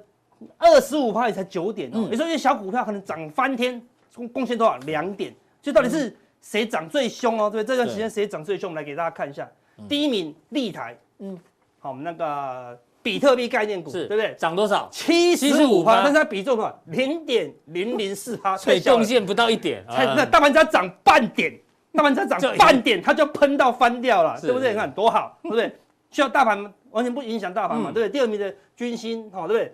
[SPEAKER 2] 二十五趴也才九点哦
[SPEAKER 1] 嗯，
[SPEAKER 2] 你说这小股票可能涨翻天，贡贡献多少？两点，所以到底是谁涨最凶哦？对，这段时间谁涨最凶？我们来给大家看一下，第一名立台，
[SPEAKER 1] 嗯
[SPEAKER 2] 嗯，好，我们那个比特币概念股，
[SPEAKER 1] 是
[SPEAKER 2] 对不对？
[SPEAKER 1] 涨多少？
[SPEAKER 2] 七十五
[SPEAKER 1] 75%
[SPEAKER 2] 趴，但是它比重啊零点零零四趴，
[SPEAKER 1] 所以
[SPEAKER 2] 最小
[SPEAKER 1] 贡
[SPEAKER 2] 了。
[SPEAKER 1] 献不到一点，
[SPEAKER 2] 才
[SPEAKER 1] 啊
[SPEAKER 2] 那大盘只要涨半点，大盘只要
[SPEAKER 1] 这
[SPEAKER 2] 涨半点，它就喷到翻掉了，
[SPEAKER 1] 是
[SPEAKER 2] 对不对？
[SPEAKER 1] 是
[SPEAKER 2] 你看多
[SPEAKER 1] [LAUGHS]
[SPEAKER 2] 好，对不对？需要大盘完全不影响大盘嘛，
[SPEAKER 1] 嗯
[SPEAKER 2] 对不对？第二名的军心，好，对不对？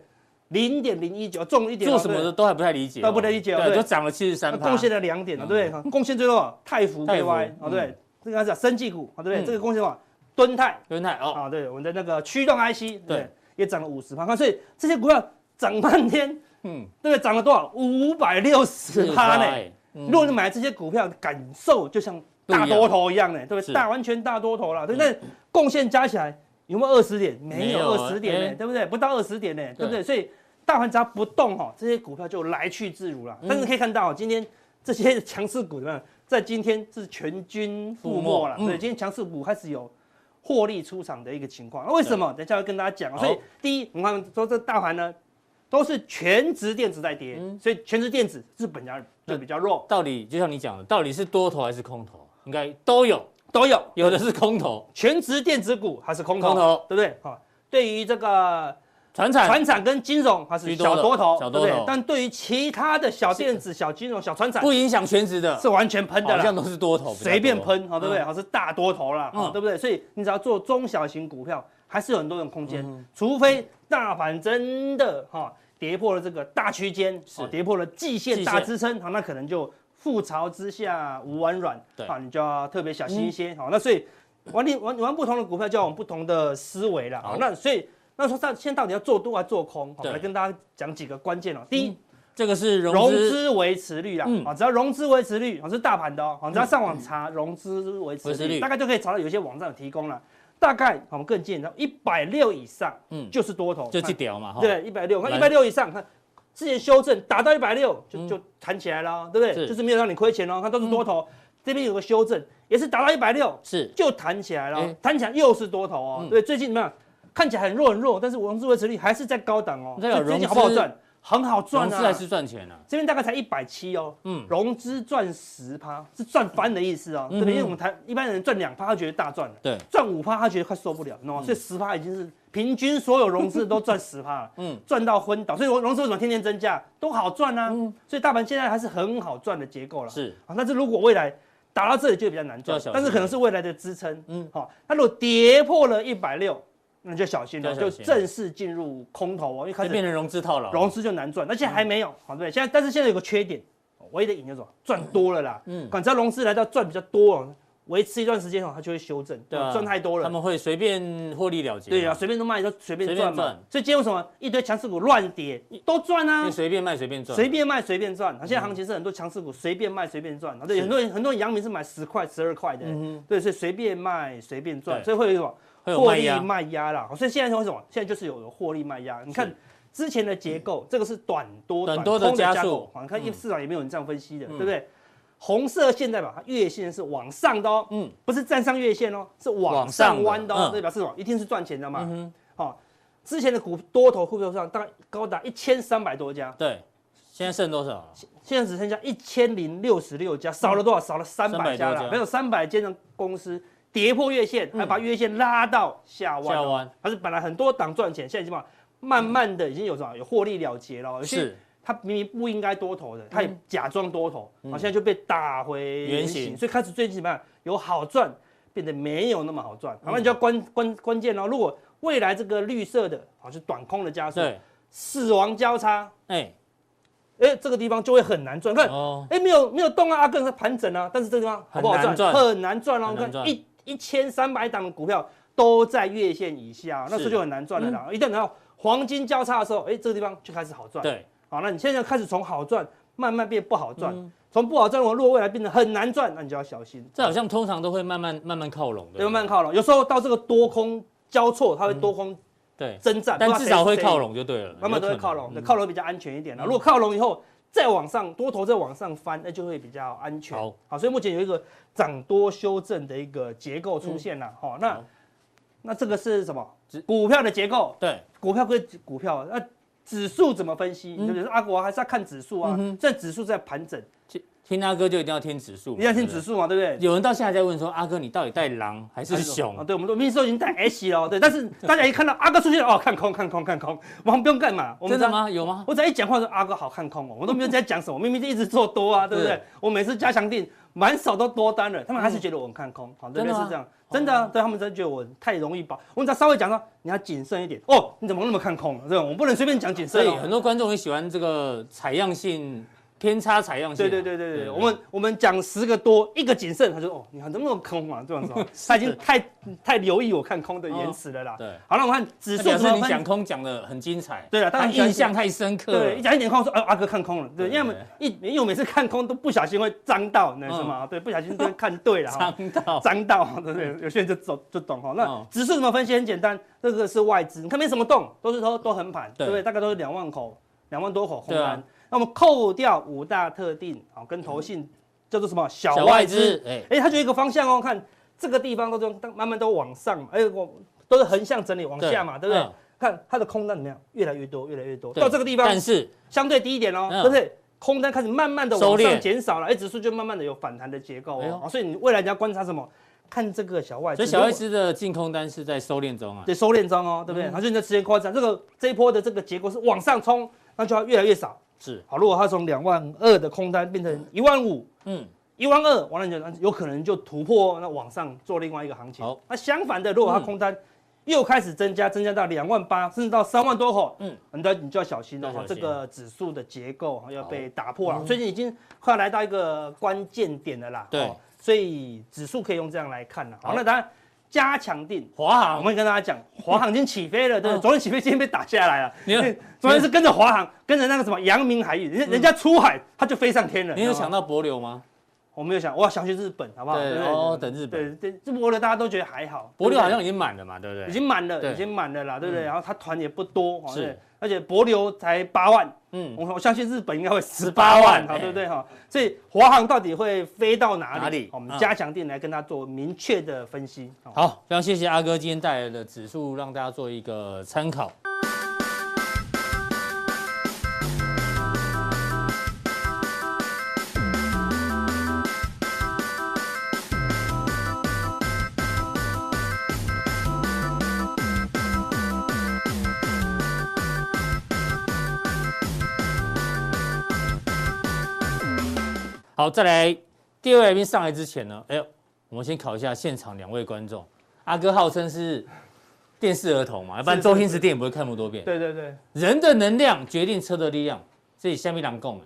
[SPEAKER 2] 零点零一九，重一点哦，
[SPEAKER 1] 做什么
[SPEAKER 2] 对
[SPEAKER 1] 的都还不太理解哦，
[SPEAKER 2] 都不太理解哦
[SPEAKER 1] 对，
[SPEAKER 2] 对
[SPEAKER 1] 就涨了七十
[SPEAKER 2] 那
[SPEAKER 1] 三趴，
[SPEAKER 2] 贡献了两点了，哦对不对？贡献最多啊泰福
[SPEAKER 1] 泰
[SPEAKER 2] KY，
[SPEAKER 1] 嗯福
[SPEAKER 2] 好，对不对
[SPEAKER 1] 嗯，
[SPEAKER 2] 这个讲生技股，好，对不
[SPEAKER 1] 嗯
[SPEAKER 2] 对？这个贡献啊，敦泰，
[SPEAKER 1] 元泰哦，
[SPEAKER 2] 啊，对，我们的那个驱动 IC，对不
[SPEAKER 1] 对
[SPEAKER 2] 对，也涨了五十趴，所以这些股票涨半天，
[SPEAKER 1] 嗯，
[SPEAKER 2] 对不对？涨了多少？五百六十趴呢？
[SPEAKER 1] 嗯
[SPEAKER 2] 如果你买这些股票，感受就像大多头一样呢，对不
[SPEAKER 1] 啊是嗯
[SPEAKER 2] 对？大完全大多头了，对不对？贡献加起来有没有二十点？没
[SPEAKER 1] 没有
[SPEAKER 2] 有二十点
[SPEAKER 1] 哎
[SPEAKER 2] 呢，对不对？不到二十点呢，对不对？所以大盘只要不动哈，这些股票就来去自如了
[SPEAKER 1] 嗯。
[SPEAKER 2] 但是可以看到哦，今天这些强势股呢，在今天是全军覆没了。
[SPEAKER 1] 覆没嗯
[SPEAKER 2] 对，今天强势股开始有。获利出场的一个情况，那为什么？等一下会跟大家讲哦。
[SPEAKER 1] 好
[SPEAKER 2] 所以第一，你看说这大盘呢，都是全值电子在跌，
[SPEAKER 1] 嗯
[SPEAKER 2] 所以全值电子是本家就比较弱。
[SPEAKER 1] 到底就像你讲的，到底是多头还是空头？啊应该都有，
[SPEAKER 2] 都有，
[SPEAKER 1] 有的是空头，
[SPEAKER 2] 全职电子股还是空头，
[SPEAKER 1] 空头
[SPEAKER 2] 对不对？好，对于这个
[SPEAKER 1] 船产
[SPEAKER 2] 船产跟金融还
[SPEAKER 1] 居
[SPEAKER 2] 是
[SPEAKER 1] 多的
[SPEAKER 2] 小多头，
[SPEAKER 1] 小
[SPEAKER 2] 对
[SPEAKER 1] 多
[SPEAKER 2] 不
[SPEAKER 1] 头
[SPEAKER 2] 对？但对于其他的小电子、小金融、小船产
[SPEAKER 1] 不影响全值的，
[SPEAKER 2] 是完全喷的
[SPEAKER 1] 好像
[SPEAKER 2] 啦，
[SPEAKER 1] 都是多头，
[SPEAKER 2] 随便
[SPEAKER 1] 比较多
[SPEAKER 2] 喷，好，对不对？？好是大多头啦，好
[SPEAKER 1] 嗯
[SPEAKER 2] 对不对？所以你只要做中小型股票，还是有很多种空间
[SPEAKER 1] 嗯，
[SPEAKER 2] 除非大盘真的哈跌破了这个大区间，
[SPEAKER 1] 是
[SPEAKER 2] 哦跌破了季
[SPEAKER 1] 季
[SPEAKER 2] 线
[SPEAKER 1] 线
[SPEAKER 2] 大支撑，好，那可能就覆巢之下无完卵，
[SPEAKER 1] 对嗯
[SPEAKER 2] 好，你就要特别小心一些，好，那所以玩你玩玩不同的股票，就要有不同的思维啦，
[SPEAKER 1] 好
[SPEAKER 2] 好，那所以那说到现在到底要做多还是做空？好，
[SPEAKER 1] 对嗯
[SPEAKER 2] 来跟大家讲几个关键哦，第一。
[SPEAKER 1] 这个是融
[SPEAKER 2] 融
[SPEAKER 1] 资
[SPEAKER 2] 资维持率啦
[SPEAKER 1] 嗯，
[SPEAKER 2] 啊，只要融资维持率，啊，这是大盘的哦，啊，只要上网查融资维
[SPEAKER 1] 维持
[SPEAKER 2] 持
[SPEAKER 1] 率
[SPEAKER 2] 率，大概就可以查到有些网站有提供了，大概我们更简单，一百六以上，
[SPEAKER 1] 嗯
[SPEAKER 2] 嗯，就是多头，
[SPEAKER 1] 就去
[SPEAKER 2] 看
[SPEAKER 1] 屌嘛，哈，
[SPEAKER 2] 对，一百六，看
[SPEAKER 1] 来
[SPEAKER 2] 一百六以上，看之前修正打到一百六
[SPEAKER 1] 嗯
[SPEAKER 2] 就就弹起来了哦，对不
[SPEAKER 1] 是嗯
[SPEAKER 2] 对？就是没有让你亏钱哦，看都是多头，这边有个修正，也是打到一百六
[SPEAKER 1] 是
[SPEAKER 2] 就弹起来了
[SPEAKER 1] 哎
[SPEAKER 2] 哦，弹起来又是多头哦
[SPEAKER 1] 嗯，
[SPEAKER 2] 对，最近怎么样？看起来很弱很弱，但是融资维持率还是在高档哦，
[SPEAKER 1] 那有
[SPEAKER 2] 所以最
[SPEAKER 1] 融
[SPEAKER 2] 近
[SPEAKER 1] 资
[SPEAKER 2] 好不好赚？很好赚
[SPEAKER 1] 融
[SPEAKER 2] 啊，
[SPEAKER 1] 资还是赚钱啊，
[SPEAKER 2] 这边大概才一百七哦，
[SPEAKER 1] 嗯
[SPEAKER 2] 融资赚十趴是赚翻的意思哦，对
[SPEAKER 1] 嗯哼
[SPEAKER 2] 不对？因为我们台一般人赚两趴，他觉得大赚了，
[SPEAKER 1] 对，
[SPEAKER 2] 赚五趴他觉得快受不了，你知道吗？所以十趴已经是平均所有融资都赚十趴了，
[SPEAKER 1] 嗯
[SPEAKER 2] 嗯，赚到昏倒。所以融资为什么天天增加？都好赚啊，所以大盘现在还是很好赚的结构了，
[SPEAKER 1] 嗯是
[SPEAKER 2] 啊。但是如果未来达到这里就比较难
[SPEAKER 1] 就要
[SPEAKER 2] 赚
[SPEAKER 1] 小心，
[SPEAKER 2] 但是可能是未来的支撑，
[SPEAKER 1] 嗯
[SPEAKER 2] 嗯，好，那如果跌破了一百六，那就小心了，
[SPEAKER 1] 就要小
[SPEAKER 2] 就
[SPEAKER 1] 心
[SPEAKER 2] 正式进入空头哦，因为开
[SPEAKER 1] 就
[SPEAKER 2] 始
[SPEAKER 1] 变成融资套牢。啊
[SPEAKER 2] 融资就难赚，而且还没有，好对不对？现在但是现在有个缺点，唯一的赢就是什么赚多了啦，嗯，只要融资来到赚比较多哦，维持一段时间哦，它就会修正，
[SPEAKER 1] 对啊
[SPEAKER 2] 赚太多
[SPEAKER 1] 他
[SPEAKER 2] 了。
[SPEAKER 1] 们会随便获利了结，
[SPEAKER 2] 对啊，，随便都卖就随便
[SPEAKER 1] 随便
[SPEAKER 2] 赚嘛
[SPEAKER 1] 赚。
[SPEAKER 2] 所以今天为什么一堆强势股乱跌都赚啊
[SPEAKER 1] 你？随便卖随便赚，
[SPEAKER 2] 随便卖随便赚，现在行情是很多强势股随便卖随便赚，对，很多人很多人阳明是买十块十二块的，对，所以随便卖随便赚，
[SPEAKER 1] 嗯对
[SPEAKER 2] 所以会有一种
[SPEAKER 1] 会有
[SPEAKER 2] 获
[SPEAKER 1] 卖
[SPEAKER 2] 利
[SPEAKER 1] 压，
[SPEAKER 2] 卖压啦。所以现在是什么？现在就是有获利卖压。你看之前的结构，这个是短多
[SPEAKER 1] 短多的
[SPEAKER 2] 空
[SPEAKER 1] 加
[SPEAKER 2] 加
[SPEAKER 1] 速嗯
[SPEAKER 2] 构好你看市场也没有人这样分析的，对不对？红色线代表它月线是往上的哦，
[SPEAKER 1] 嗯
[SPEAKER 2] 不是站上月线哦，是往
[SPEAKER 1] 往上
[SPEAKER 2] 上
[SPEAKER 1] 的
[SPEAKER 2] 弯的哦，
[SPEAKER 1] 嗯
[SPEAKER 2] 这表示什么？一定是赚钱的嘛。好，之前的股多头互票上大概高达一千三百多家，
[SPEAKER 1] 对，现在剩多少？
[SPEAKER 2] 现在只剩下一千零六十六家，少了多少？少了三百
[SPEAKER 1] 300
[SPEAKER 2] 家
[SPEAKER 1] 多
[SPEAKER 2] 了，
[SPEAKER 1] 家嗯
[SPEAKER 2] 还有三百间的公司跌破月线，还把月线拉到下弯
[SPEAKER 1] 下
[SPEAKER 2] 哦。
[SPEAKER 1] 弯
[SPEAKER 2] 它是本来很多档赚钱，现在基本上慢慢的已经有什么有获利了结了哦，有些
[SPEAKER 1] 是嗯
[SPEAKER 2] 它明明不应该多头的，它也假装多头，好、现在就被打回原
[SPEAKER 1] 原
[SPEAKER 2] 形，
[SPEAKER 1] 形
[SPEAKER 2] 所以开始最近怎么样有好赚变得没有那么好
[SPEAKER 1] 嗯
[SPEAKER 2] 赚，好，那你就要关关关键哦，如果未来这个绿色的，好是短空的加速，
[SPEAKER 1] 对，
[SPEAKER 2] 死亡交叉，
[SPEAKER 1] 哎，
[SPEAKER 2] 哎、这个地方就会很难赚，看
[SPEAKER 1] 哦，
[SPEAKER 2] 哎、没有没有动啊，阿根是盘整啊，但是这个地方好不好
[SPEAKER 1] 很难
[SPEAKER 2] 赚？
[SPEAKER 1] 赚
[SPEAKER 2] 很难赚哦。
[SPEAKER 1] 很
[SPEAKER 2] 我
[SPEAKER 1] 难
[SPEAKER 2] 看
[SPEAKER 1] 赚
[SPEAKER 2] 一一千三百档的股票都在月线以下哦、那时
[SPEAKER 1] 是
[SPEAKER 2] 候
[SPEAKER 1] 嗯
[SPEAKER 2] 就很难赚了啦。一旦到黄金交叉的时候，哎、这个地方就开始好赚。，
[SPEAKER 1] 对，
[SPEAKER 2] 好，那你现在开始从好赚慢慢变不好赚，
[SPEAKER 1] 嗯
[SPEAKER 2] 从、不好赚，如果未来变得很难赚，那你就要小心，
[SPEAKER 1] 这好像通常都会慢慢慢慢靠拢的，
[SPEAKER 2] 对，慢慢靠拢。有时候到这个多空交错，它会多空
[SPEAKER 1] 对，
[SPEAKER 2] 征战，
[SPEAKER 1] 嗯但
[SPEAKER 2] 不知
[SPEAKER 1] 至
[SPEAKER 2] 道谁
[SPEAKER 1] 少会
[SPEAKER 2] 是谁
[SPEAKER 1] 靠拢就对了，
[SPEAKER 2] 慢慢都会
[SPEAKER 1] 有可能
[SPEAKER 2] 靠拢，对，
[SPEAKER 1] 嗯
[SPEAKER 2] 靠拢比较安全一点啦。如果靠拢以后再往上，多头再往上翻，那就会比较安全。
[SPEAKER 1] 好，
[SPEAKER 2] 所以目前有一个涨多修正的一个结构出现了。好，那
[SPEAKER 1] 嗯好
[SPEAKER 2] 那这个是什么？股票的结构，
[SPEAKER 1] 对，
[SPEAKER 2] 股票归股票，那指数怎么分析？
[SPEAKER 1] 嗯
[SPEAKER 2] 对不对？阿国还是要看指数啊。现在指数在盘整，
[SPEAKER 1] 听听他哥就一定要听指数嘛，
[SPEAKER 2] 你要听
[SPEAKER 1] 对
[SPEAKER 2] 指
[SPEAKER 1] 不
[SPEAKER 2] 数嘛，对不对
[SPEAKER 1] 嗯对。？有人到现在在问说，阿哥你到底带狼还是熊
[SPEAKER 2] 啊，？对，我们都明明都已经带 S 了，对，但是大家一看到阿哥出现，哦，看空，看空，看空，我们不用干嘛，我们
[SPEAKER 1] 真
[SPEAKER 2] 知道
[SPEAKER 1] 的吗？有吗？
[SPEAKER 2] 我只要一讲话说阿哥好看
[SPEAKER 1] [LAUGHS]
[SPEAKER 2] 空哦，我都没有在讲什么，明明就一直做多啊，对不对
[SPEAKER 1] 对？
[SPEAKER 2] 我每次加强定满手都多单了，他们还是觉得我很看空，好，这
[SPEAKER 1] 真
[SPEAKER 2] 边
[SPEAKER 1] 的
[SPEAKER 2] 是
[SPEAKER 1] 吗
[SPEAKER 2] 这样，真的啊，对他们真的觉得我太容易保，我只要稍微讲说你要谨慎一点哦，你怎么那么看空？这种我不能随便讲谨
[SPEAKER 1] 所
[SPEAKER 2] 慎
[SPEAKER 1] 以
[SPEAKER 2] 哦
[SPEAKER 1] 很。多观众也喜欢这个采样性偏差采样性
[SPEAKER 2] 对
[SPEAKER 1] 啊，
[SPEAKER 2] 对对对对，我们我们讲十个多，一个谨慎，他就说哦，你能不能空啊？这
[SPEAKER 1] [LAUGHS]
[SPEAKER 2] 样子哦，他已经太太留意我看空的言辞了啦。
[SPEAKER 1] 哦对。
[SPEAKER 2] 好，那我们看指数
[SPEAKER 1] 表
[SPEAKER 2] 怎
[SPEAKER 1] 示
[SPEAKER 2] 么
[SPEAKER 1] 你
[SPEAKER 2] 分
[SPEAKER 1] 讲空讲的很精彩，
[SPEAKER 2] 对啊当然
[SPEAKER 1] 他印象太深刻
[SPEAKER 2] 对，一
[SPEAKER 1] 了。
[SPEAKER 2] 讲一点空，我说，哎、阿哥看空了，对，
[SPEAKER 1] 对
[SPEAKER 2] 因为我们一因为我每次看空都不小心会脏到，你知道吗？对，不小心就会看对
[SPEAKER 1] [LAUGHS]
[SPEAKER 2] 了哈，
[SPEAKER 1] 伤到
[SPEAKER 2] 脏到，对不对？有些人就走就懂哈。那
[SPEAKER 1] 嗯
[SPEAKER 2] 指数怎么分析？很简单，这个是外资，你看没什么动，都是都都横盘，对
[SPEAKER 1] 对
[SPEAKER 2] 不对？大概都是两万口，两万多口红
[SPEAKER 1] 对
[SPEAKER 2] 盘。
[SPEAKER 1] 啊
[SPEAKER 2] 那我们扣掉五大特定，好，跟投信叫做什么小
[SPEAKER 1] 小
[SPEAKER 2] 外
[SPEAKER 1] 外
[SPEAKER 2] 资
[SPEAKER 1] 资，，哎，
[SPEAKER 2] 哎、它就一个方向哦，看这个地方都都慢慢都往上，哎、我都是横向整理往下嘛，对不对？
[SPEAKER 1] 嗯
[SPEAKER 2] 看它的空单怎么样，越来越多，越来越多，
[SPEAKER 1] 对
[SPEAKER 2] 到这个地方
[SPEAKER 1] 但是
[SPEAKER 2] 相对低一点哦，
[SPEAKER 1] 嗯
[SPEAKER 2] 对不对？空单开始慢慢的往
[SPEAKER 1] 收
[SPEAKER 2] 上
[SPEAKER 1] 敛
[SPEAKER 2] 减少了，哎，指数就慢慢的有反弹的结构
[SPEAKER 1] 哎
[SPEAKER 2] 哦
[SPEAKER 1] 呦。
[SPEAKER 2] 啊所以你未来你要观察什么？看这个小外
[SPEAKER 1] 所
[SPEAKER 2] 资，
[SPEAKER 1] 以小外
[SPEAKER 2] 如
[SPEAKER 1] 资嗯的净空单是在收敛中啊
[SPEAKER 2] 果。得收敛中哦，对不对？它所以你的时间观察，这个这一波的这个结构是往上冲，那就要越来越少。
[SPEAKER 1] 是，
[SPEAKER 2] 好，如果它从两万二的空单变成一万五，
[SPEAKER 1] 嗯，
[SPEAKER 2] 一万二，完了就有可能就突破那往上做另外一个行情
[SPEAKER 1] 好。
[SPEAKER 2] 那相反的，如果它
[SPEAKER 1] 嗯
[SPEAKER 2] 空单又开始增加，增加到两万八，甚至到三万多口，嗯
[SPEAKER 1] 嗯，
[SPEAKER 2] 你就你就要小心了
[SPEAKER 1] 要
[SPEAKER 2] 哈，
[SPEAKER 1] 小
[SPEAKER 2] 这
[SPEAKER 1] 心
[SPEAKER 2] 个指数的结构哈要
[SPEAKER 1] 好
[SPEAKER 2] 被打破了，最近已经快来到一个关键点了啦。
[SPEAKER 1] 对
[SPEAKER 2] 哦，所以指数可以用这样来看了。好，
[SPEAKER 1] 好
[SPEAKER 2] 那当然加强定。
[SPEAKER 1] 华
[SPEAKER 2] 啊我
[SPEAKER 1] 航
[SPEAKER 2] 们跟大家讲，华航已经起飞了，对不对，
[SPEAKER 1] 嗯
[SPEAKER 2] 昨天起飞，今天被打下来了。
[SPEAKER 1] 你有嗯
[SPEAKER 2] 对 [LAUGHS] 昨天是跟着华航，跟着那个什么阳明海域，人家人家出海，它就飞上天了。
[SPEAKER 1] 你有
[SPEAKER 2] 知道吗
[SPEAKER 1] 想到博流吗？
[SPEAKER 2] 我没有想，我要想去日本，好不好？
[SPEAKER 1] 对
[SPEAKER 2] 不
[SPEAKER 1] 哦等日本。
[SPEAKER 2] 对对，这波的大家都觉得还好，
[SPEAKER 1] 博流好像
[SPEAKER 2] 对
[SPEAKER 1] 已经满了嘛，对不
[SPEAKER 2] 不
[SPEAKER 1] 对？
[SPEAKER 2] 对已经满了，
[SPEAKER 1] 对嗯
[SPEAKER 2] 已经满了啦，对不对？然后他团也不多，哦
[SPEAKER 1] 是
[SPEAKER 2] 对而且博流才八万，
[SPEAKER 1] 嗯，
[SPEAKER 2] 我我相信日本应该会十八
[SPEAKER 1] 18
[SPEAKER 2] 万，
[SPEAKER 1] 万
[SPEAKER 2] 好，
[SPEAKER 1] 哎
[SPEAKER 2] 对不对哈？所以华航到底会飞到哪里？哦
[SPEAKER 1] 哪里
[SPEAKER 2] 我
[SPEAKER 1] 嗯
[SPEAKER 2] 们加强定来跟他做明确的分析。哦好
[SPEAKER 1] 好，非常谢谢阿哥今天带来的指数，让大家做一个参考。好，再来第二位来宾上来之前呢，哎呦，我们先考一下现场两位观众。阿哥号称是电视儿童嘛，要不然
[SPEAKER 2] 是
[SPEAKER 1] 周
[SPEAKER 2] 是
[SPEAKER 1] 星驰电影不会看那么多遍。
[SPEAKER 2] 对对对，
[SPEAKER 1] 人的能量决定车的力量，这里下面两共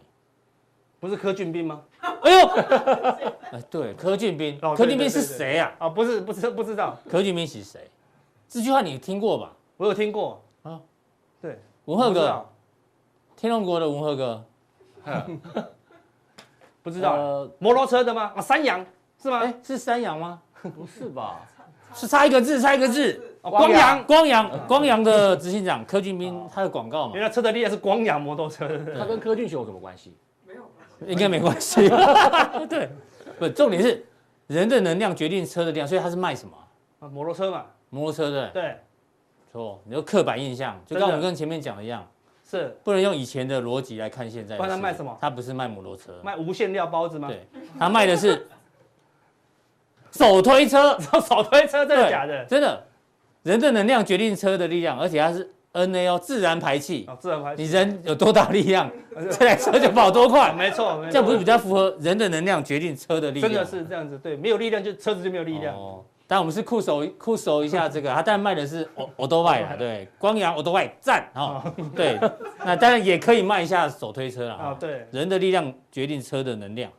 [SPEAKER 2] 不是柯俊斌吗？
[SPEAKER 1] 哎呦，哎对，柯俊斌
[SPEAKER 2] 哦，
[SPEAKER 1] 柯
[SPEAKER 2] 对
[SPEAKER 1] 俊
[SPEAKER 2] 对
[SPEAKER 1] 斌
[SPEAKER 2] 对
[SPEAKER 1] 是
[SPEAKER 2] 对
[SPEAKER 1] 谁啊？
[SPEAKER 2] 啊，不是，不知不知道，
[SPEAKER 1] 柯俊斌是谁？这句话你听过吧？
[SPEAKER 2] 我有听过
[SPEAKER 1] 啊
[SPEAKER 2] 啊，对，
[SPEAKER 1] 文赫
[SPEAKER 2] 不知
[SPEAKER 1] 哥，
[SPEAKER 2] 道，
[SPEAKER 1] 天龙国的文赫哥，
[SPEAKER 2] 不知道，
[SPEAKER 1] 呃，
[SPEAKER 2] 摩托车的吗？啊，山羊是吗？
[SPEAKER 1] 哎，是山羊吗？
[SPEAKER 3] [LAUGHS] 不是吧？
[SPEAKER 1] 是差一个字，差一个字。
[SPEAKER 2] 哦光阳，
[SPEAKER 1] 光
[SPEAKER 3] 嗯
[SPEAKER 1] 阳，光阳的执行长柯俊斌，他的广告嘛
[SPEAKER 2] 原，来车的力量是光阳摩托车，对不对
[SPEAKER 3] 他跟柯俊雄有什么关系？
[SPEAKER 1] 应该没关
[SPEAKER 3] [LAUGHS]
[SPEAKER 1] 系。对，不，重点是人的能量决定车的量，所以他是卖什么？
[SPEAKER 2] 啊摩托车嘛，
[SPEAKER 1] 摩托车对不对，
[SPEAKER 2] 对，
[SPEAKER 1] 错，你就刻板印象，就
[SPEAKER 2] 真的
[SPEAKER 1] 跟我们跟前面讲的一样，
[SPEAKER 2] 是
[SPEAKER 1] 不能用以前的逻辑来看现在的
[SPEAKER 2] 不
[SPEAKER 1] 事。
[SPEAKER 2] 然他卖什么
[SPEAKER 1] 他不是卖摩托车，
[SPEAKER 2] 卖无限料包子吗？ [LAUGHS]
[SPEAKER 1] 对，他卖的是手推车，
[SPEAKER 2] 手推车真的
[SPEAKER 1] 对
[SPEAKER 2] 假的？
[SPEAKER 1] 真的，人的能量决定车的力量，而且它是 N A O 自然排气，
[SPEAKER 2] 哦，自然排啊
[SPEAKER 1] 你人有多大力
[SPEAKER 2] [LAUGHS]
[SPEAKER 1] 量，这台车就跑多快，
[SPEAKER 2] 没错，没错
[SPEAKER 1] 这样不是比较符合人的能量决定车的力量？
[SPEAKER 2] 真的是这样子，对，没有力量就车子就没有力量。
[SPEAKER 1] 哦，但我们是酷手酷手一下这个，他当然卖的
[SPEAKER 2] [LAUGHS]
[SPEAKER 1] 是 O O 多外啦，对，光阳 O 多外赞哦，对，那当然也可以卖一下手推车啦。
[SPEAKER 2] 啊
[SPEAKER 1] 哦，
[SPEAKER 2] 对，
[SPEAKER 1] 人的力量决定车的能量。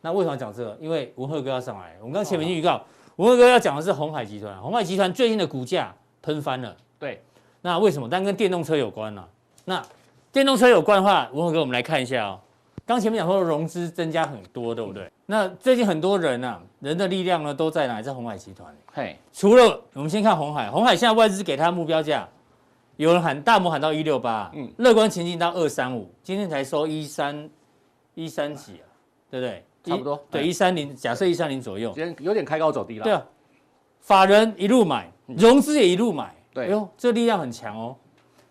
[SPEAKER 1] 那为什么讲这个？因为文赫哥要上来，我们刚前面已经预告，文赫哥要讲的是红海集团，红海集团最近的股价喷翻了。
[SPEAKER 3] 对，
[SPEAKER 1] 那为什么？但跟电动车有关啊。那电动车有关的话，文赫哥，我们来看一下哦。刚前面讲说融资增加很多，对不对？那最近很多人啊，人的力量呢都在哪里？在红海集团。
[SPEAKER 3] 嘿，
[SPEAKER 1] 除了我们先看红海，红海现在外资给它的目标价，有人喊大摩喊到一六八，嗯
[SPEAKER 3] 嗯，
[SPEAKER 1] 乐观前景到二三五，今天才收一三一三几啊，对不对？
[SPEAKER 3] 差不多
[SPEAKER 1] 一对
[SPEAKER 3] 嗯
[SPEAKER 1] 一三零，假设一三零左右，
[SPEAKER 3] 今天有点开高走低了。
[SPEAKER 1] 对啊，法人一路买，融资也一路买，
[SPEAKER 3] 嗯对
[SPEAKER 1] 哎呦，这力量很强哦。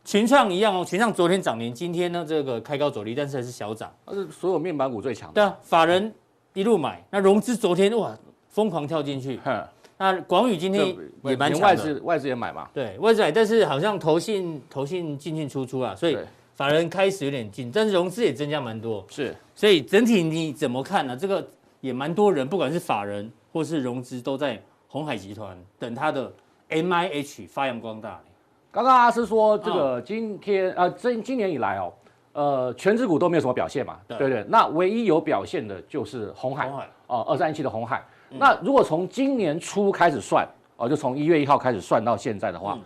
[SPEAKER 1] 群创一样哦，群创昨天涨停，今天呢这个开高走低，但是还是小涨。
[SPEAKER 3] 它是所有面板股最强
[SPEAKER 1] 对
[SPEAKER 3] 的。
[SPEAKER 1] 啊，法人一路买，那融资昨天哇疯狂跳进去，
[SPEAKER 3] 哼，
[SPEAKER 1] 那广宇今天
[SPEAKER 3] 这
[SPEAKER 1] 啊也蛮
[SPEAKER 3] 连
[SPEAKER 1] 强
[SPEAKER 3] 外
[SPEAKER 1] 的。
[SPEAKER 3] 资外资也买嘛。
[SPEAKER 1] 对，外资来，但是好像投信投信进进出出啊，所以
[SPEAKER 3] 对
[SPEAKER 1] 法人开始有点进，但是融资也增加蛮多，
[SPEAKER 3] 是，
[SPEAKER 1] 所以整体你怎么看呢、这个也蛮多人，不管是法人或是融资，都在红海集团等它的 M I H 发扬光大。
[SPEAKER 3] 刚刚阿是说这
[SPEAKER 1] 嗯
[SPEAKER 3] 个今天呃，今今年以来哦，呃，全指股都没有什么表现嘛，
[SPEAKER 1] 对
[SPEAKER 3] 对不对？那唯一有表现的就是红海
[SPEAKER 1] 红海嗯
[SPEAKER 3] 哦，二三一七的红海。那如果从今年初开始算哦，就从一月一号开始算到现在的
[SPEAKER 1] 嗯
[SPEAKER 3] 话，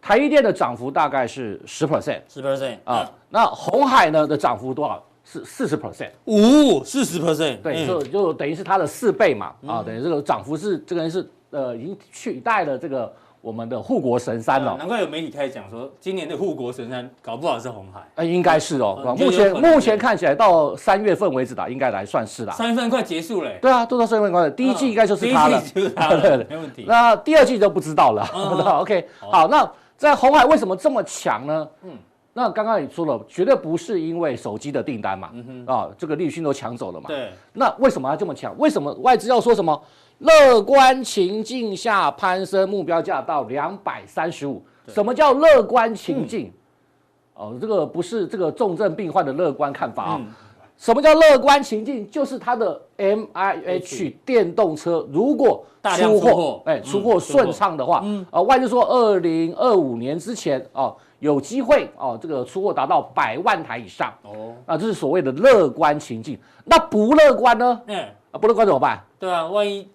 [SPEAKER 3] 台积电的涨幅大概是十 percent
[SPEAKER 1] 十 percent
[SPEAKER 3] 啊，，那红海呢的涨幅多少？是四十 percent。
[SPEAKER 1] 五四十 percent，哎
[SPEAKER 3] 对，就就等于是它的四倍嘛，
[SPEAKER 1] 嗯
[SPEAKER 3] 啊，等于这个涨幅是这个人是呃已经取代了这个我们的护国神山了，
[SPEAKER 1] 难怪有媒体开始讲说，今年的护国神山搞不好是红海。
[SPEAKER 3] 呃，应该是哦，
[SPEAKER 1] 嗯
[SPEAKER 3] 是吧
[SPEAKER 1] 就有
[SPEAKER 3] 目前
[SPEAKER 1] 可能
[SPEAKER 3] 目前看起来到三月份为止打，应该来算是啦。
[SPEAKER 1] 三月份快结束了、欸，
[SPEAKER 3] 啊对啊，都到三月份关系，第一季应该就是它了
[SPEAKER 1] [LAUGHS] 第一。季就是它
[SPEAKER 3] [LAUGHS]
[SPEAKER 1] 了，没问题。
[SPEAKER 3] 那第二季就不知道了。
[SPEAKER 1] 嗯
[SPEAKER 3] [LAUGHS] OK，好，那在红海为什么这么强呢？嗯，那刚刚你说了，绝对不是因为手机的订单嘛，啊，这个立讯都抢走了嘛。
[SPEAKER 1] 嗯对，
[SPEAKER 3] 那为什么要这么强？为什么外资要说什么乐观情境下攀升目标价到两百三十五？什么叫乐观情境？
[SPEAKER 1] 嗯
[SPEAKER 3] 哦，这个不是这个重症病患的乐观看法啊、
[SPEAKER 1] 嗯
[SPEAKER 3] 什么叫乐观情境？就是它的 M I H 电动车如果
[SPEAKER 1] 大量出货
[SPEAKER 3] 哎，
[SPEAKER 1] 嗯
[SPEAKER 3] 出货顺畅的话，啊，外资说二零二五年之前哦，有机会哦，这个出货达到百万台以上。
[SPEAKER 1] 哦，
[SPEAKER 3] 啊，这是所谓的乐观情境。那不乐观呢？
[SPEAKER 1] 嗯、
[SPEAKER 3] 啊，不乐观怎么办？
[SPEAKER 1] 对啊，万一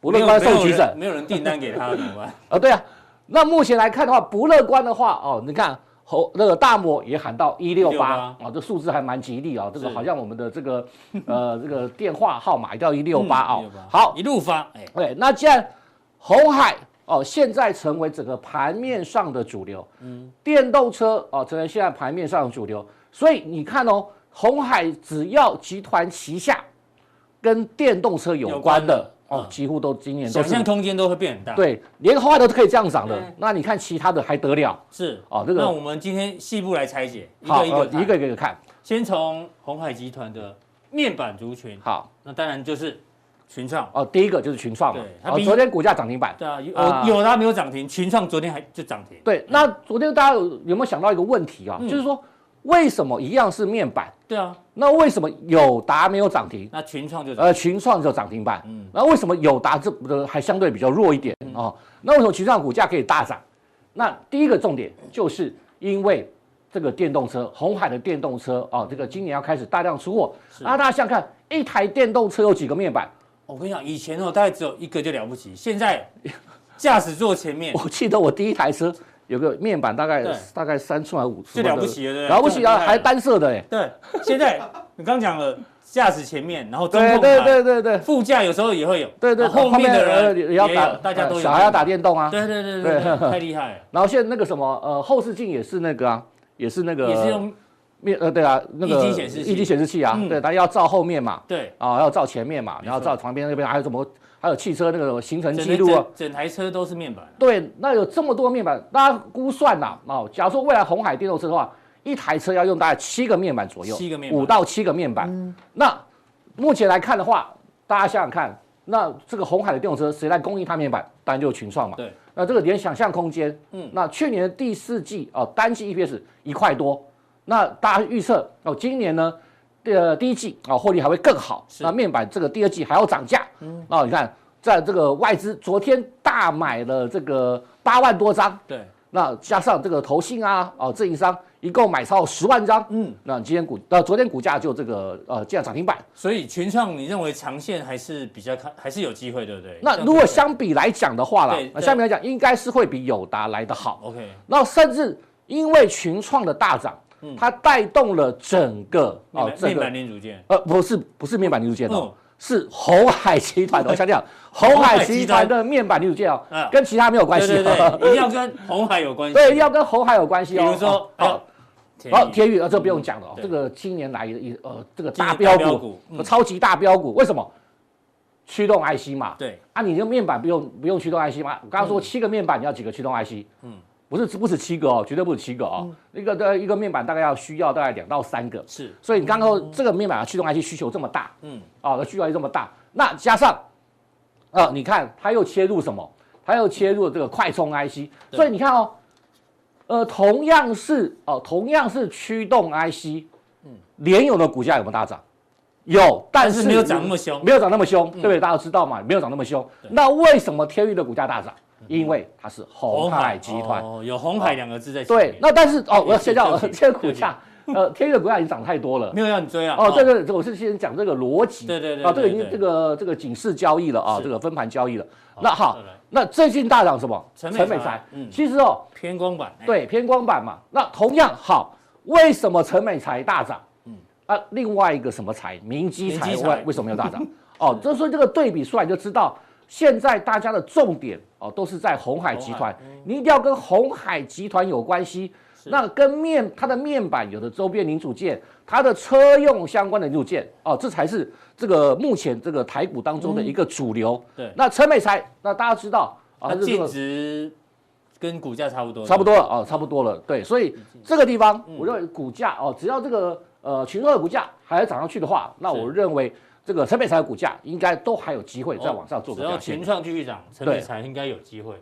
[SPEAKER 3] 不乐观受
[SPEAKER 1] 没有
[SPEAKER 3] 急
[SPEAKER 1] 人
[SPEAKER 3] 诊
[SPEAKER 1] 没有人订单给
[SPEAKER 3] [LAUGHS]
[SPEAKER 1] 他怎么办？
[SPEAKER 3] 啊，对啊。那目前来看的话，不乐观的话，哦，你看侯那个大摩也喊到一六
[SPEAKER 1] 168
[SPEAKER 3] 八，啊，这数字还蛮吉利啊、哦，这个
[SPEAKER 1] 是
[SPEAKER 3] 好像我们的这个呃这个电话号码一定要一六八啊
[SPEAKER 1] 嗯168。
[SPEAKER 3] 好，
[SPEAKER 1] 一路发，哎，
[SPEAKER 3] 对，那既然红海哦现在成为整个盘面上的主流，嗯，电动车哦成为现在盘面上的主流，所以你看哦，红海只要集团旗下跟电动车有
[SPEAKER 1] 有
[SPEAKER 3] 关
[SPEAKER 1] 关的
[SPEAKER 3] 的哦
[SPEAKER 1] 嗯，
[SPEAKER 3] 几乎都今年都
[SPEAKER 1] 想
[SPEAKER 3] 是
[SPEAKER 1] 象空间都会变很大。，
[SPEAKER 3] 对，连红海都可以这样涨的
[SPEAKER 1] 嗯，
[SPEAKER 3] 那你看其他的还得了？
[SPEAKER 1] 是
[SPEAKER 3] 哦这个
[SPEAKER 1] 那我们今天细部来拆解，一
[SPEAKER 3] 好，
[SPEAKER 1] 个一个
[SPEAKER 3] 呃
[SPEAKER 1] 看
[SPEAKER 3] 一个一个看，
[SPEAKER 1] 先从红海集团的面板族群，
[SPEAKER 3] 好
[SPEAKER 1] 那当然就是群创，
[SPEAKER 3] 哦，第一个就是群创嘛
[SPEAKER 1] 对，它
[SPEAKER 3] 哦，
[SPEAKER 1] 比
[SPEAKER 3] 昨天股价涨停板。
[SPEAKER 1] 对啊，有
[SPEAKER 3] 啊
[SPEAKER 1] 有它没有涨停，群创昨天还就涨停。
[SPEAKER 3] 对，那昨天大家有有没有想到一个问题
[SPEAKER 1] 嗯
[SPEAKER 3] 啊？就是说为什么一样是面板？
[SPEAKER 1] 对啊，
[SPEAKER 3] 那为什么友达没有涨停？
[SPEAKER 1] 那群创就涨，
[SPEAKER 3] 呃，群创只有涨停板。
[SPEAKER 1] 嗯
[SPEAKER 3] 那为什么友达这呃还相对比较弱一点哦？那为什么群创股价可以大涨？那第一个重点就是因为这个电动车，红海的电动车哦，这个今年要开始大量出货。那大家想看一台电动车有几个面板？ [LAUGHS]
[SPEAKER 1] 我跟你讲，以前哦，大概只有一个就了不起，现在驾驶座前面
[SPEAKER 3] 我记得我第一台车有个面板大概
[SPEAKER 1] 对
[SPEAKER 3] 大概三寸还是五
[SPEAKER 1] 就
[SPEAKER 3] 寸，
[SPEAKER 1] 了不起了，对不对？
[SPEAKER 3] 了不起啊，
[SPEAKER 1] 对
[SPEAKER 3] 还单色的哎。
[SPEAKER 1] 对。现在你刚讲了驾驶前面，然后中
[SPEAKER 3] 对
[SPEAKER 1] 控
[SPEAKER 3] 对
[SPEAKER 1] 台
[SPEAKER 3] 对对对
[SPEAKER 1] 副驾有时候也会有，
[SPEAKER 3] 对对，
[SPEAKER 1] 然后后面的
[SPEAKER 3] 呃
[SPEAKER 1] 人
[SPEAKER 3] 也
[SPEAKER 1] 也
[SPEAKER 3] 要
[SPEAKER 1] 有
[SPEAKER 3] 打，，呃
[SPEAKER 1] 大家都有，
[SPEAKER 3] 小孩要打电动啊。
[SPEAKER 1] 对，对对
[SPEAKER 3] 对
[SPEAKER 1] 对对，
[SPEAKER 3] [LAUGHS]
[SPEAKER 1] 太厉害了，
[SPEAKER 3] 然后现在那个什么呃后视镜也是那个啊，也是那个
[SPEAKER 1] 也是用
[SPEAKER 3] 面呃对啊那个
[SPEAKER 1] 液晶显示器
[SPEAKER 3] 液晶显示器啊，
[SPEAKER 1] 嗯
[SPEAKER 3] 对，它要照后面嘛，
[SPEAKER 1] 对
[SPEAKER 3] 啊要照前面嘛，
[SPEAKER 1] 没错
[SPEAKER 3] 然后照旁边那边还有什么还有汽车那个行程
[SPEAKER 1] 整
[SPEAKER 3] 记录啊
[SPEAKER 1] 整，整台车都是面板，
[SPEAKER 3] 对，那有这么多面板，大家估算呐、哦，假如说未来红海电动车的话，一台车要用大概七个面板左右，
[SPEAKER 1] 七个面板
[SPEAKER 3] 五到七个面板。那目前来看的话，大家想想看，那这个红海的电动车谁来供应它面板？当然就是群创嘛。
[SPEAKER 1] 对，
[SPEAKER 3] 那这个连想象空间，嗯
[SPEAKER 1] 嗯，
[SPEAKER 3] 那去年的第四季哦，单季 EPS 一块多，那大家预测哦，今年呢，呃，第一季啊、哦、获利还会更好，
[SPEAKER 1] 是
[SPEAKER 3] 那面板这个第二季还要涨价，嗯，哦，你看在这个外资昨天大买了这个八万多张，
[SPEAKER 1] 对，
[SPEAKER 3] 那加上这个投信啊，哦，自营商一共买超十万张，
[SPEAKER 1] 嗯，
[SPEAKER 3] 那今天股那、昨天股价就这个呃这样涨停板，
[SPEAKER 1] 所以群创你认为长线还是比较看，还是有机会，对不对？
[SPEAKER 3] 那如果相比来讲的话啦
[SPEAKER 1] 对，
[SPEAKER 3] 那
[SPEAKER 1] 对
[SPEAKER 3] 相比来讲应该是会比友达来得好。
[SPEAKER 1] OK，
[SPEAKER 3] 然后甚至因为群创的大涨，它带动了整个
[SPEAKER 1] 嗯面
[SPEAKER 3] 哦
[SPEAKER 1] 板
[SPEAKER 3] 整
[SPEAKER 1] 面
[SPEAKER 3] 个
[SPEAKER 1] 板零组件，
[SPEAKER 3] 呃不是不是面板零组件哦
[SPEAKER 1] 嗯，
[SPEAKER 3] 是红海集团的。我
[SPEAKER 1] [LAUGHS]
[SPEAKER 3] 想想，红海集团的面板零组件哦
[SPEAKER 1] 嗯，
[SPEAKER 3] 跟其他没有关
[SPEAKER 1] 对
[SPEAKER 3] 系
[SPEAKER 1] 对
[SPEAKER 3] 哦，
[SPEAKER 1] 对，一定要跟红海有关系，
[SPEAKER 3] [LAUGHS] 对，要跟红海有关系
[SPEAKER 1] 比
[SPEAKER 3] 哦。
[SPEAKER 1] 如说
[SPEAKER 3] 哦
[SPEAKER 1] 哦
[SPEAKER 3] 哦，好，
[SPEAKER 1] 天
[SPEAKER 3] 天
[SPEAKER 1] 宇
[SPEAKER 3] 宇啊，这不用讲了哦，
[SPEAKER 1] 对
[SPEAKER 3] 这个今年来一呃这个
[SPEAKER 1] 今年
[SPEAKER 3] 大
[SPEAKER 1] 大
[SPEAKER 3] 标
[SPEAKER 1] 标
[SPEAKER 3] 股
[SPEAKER 1] 股，嗯
[SPEAKER 3] 超级大标股，为什么？驱动 IC 嘛，
[SPEAKER 1] 对
[SPEAKER 3] 啊，你这面板不用不用驱动 IC 吗？我
[SPEAKER 1] 嗯
[SPEAKER 3] 刚刚说七个面板，你要几个驱动 IC？嗯，不是不止七个哦，绝对不止七个哦。
[SPEAKER 1] 嗯
[SPEAKER 3] 一个的一个面板大概要需要大概两到三个，
[SPEAKER 1] 是，
[SPEAKER 3] 所以你刚刚说这个面板的驱动 IC 需求这么大，
[SPEAKER 1] 哦嗯，
[SPEAKER 3] 哦，那需求又这么大，那加上，呃，你看它又切入什么？它又切入了这个快充 IC，
[SPEAKER 1] 对
[SPEAKER 3] 所以你看哦，呃，同样是哦，同样是驱动 IC，嗯，联友的股价有没有大涨？有，但
[SPEAKER 1] 但
[SPEAKER 3] 是
[SPEAKER 1] 是没有涨那么凶，嗯
[SPEAKER 3] 没有涨那么凶，对不对？大家都知道嘛，没有涨那么凶。那为什么天域的股价大涨？因为它是红海集团。
[SPEAKER 1] 哦有嗯红海两个字在前面
[SPEAKER 3] 对，那但是哦，我要 [LAUGHS] 先
[SPEAKER 1] 对
[SPEAKER 3] 讲，
[SPEAKER 1] 不起
[SPEAKER 3] 现在股价，呃，天域的股价已经涨太多了。
[SPEAKER 1] 没有让你追啊，
[SPEAKER 3] 哦，这个我是先讲这个逻辑，
[SPEAKER 1] 对对对
[SPEAKER 3] 啊，这个已
[SPEAKER 1] 对
[SPEAKER 3] 经
[SPEAKER 1] 对
[SPEAKER 3] 这个这个警示交易了啊，
[SPEAKER 1] 是
[SPEAKER 3] 这个分盘交易了。那好
[SPEAKER 1] 再来，
[SPEAKER 3] 那最近大涨什么？
[SPEAKER 1] 陈美才嗯
[SPEAKER 3] 其实哦，
[SPEAKER 1] 偏光板，哎，
[SPEAKER 3] 对，偏光板嘛。那同样好，为什么陈美才大涨？嗯啊，另外一个什么才明基才
[SPEAKER 1] 明基
[SPEAKER 3] 为
[SPEAKER 1] 材
[SPEAKER 3] 为什么要大 [LAUGHS] 涨？哦，这所以这个对比出来就知道，现在大家的重点哦都是在红海集团，你一定要跟红海集团有关系。那跟面它的面板有的周边零组件，它的车用相关的零组件哦，这才是这个目前这个台股当中的一个主流。
[SPEAKER 1] 对
[SPEAKER 3] 那陈美才，那大家知道
[SPEAKER 1] 它
[SPEAKER 3] 啊，它是这
[SPEAKER 1] 净
[SPEAKER 3] 个
[SPEAKER 1] 值跟股价差不多，
[SPEAKER 3] 差不多了哦，差不多了。对，所
[SPEAKER 1] 嗯
[SPEAKER 3] 以这个地方，我认为股价哦，只要这个呃群众的股价还涨上去的话，那
[SPEAKER 1] 是
[SPEAKER 3] 我认为这个成美材的股价应该都还有机会再往上做
[SPEAKER 1] 哦只
[SPEAKER 3] 个
[SPEAKER 1] 要
[SPEAKER 3] 表现
[SPEAKER 1] 群。创继续涨，陈
[SPEAKER 3] 对
[SPEAKER 1] 美才应该有机会。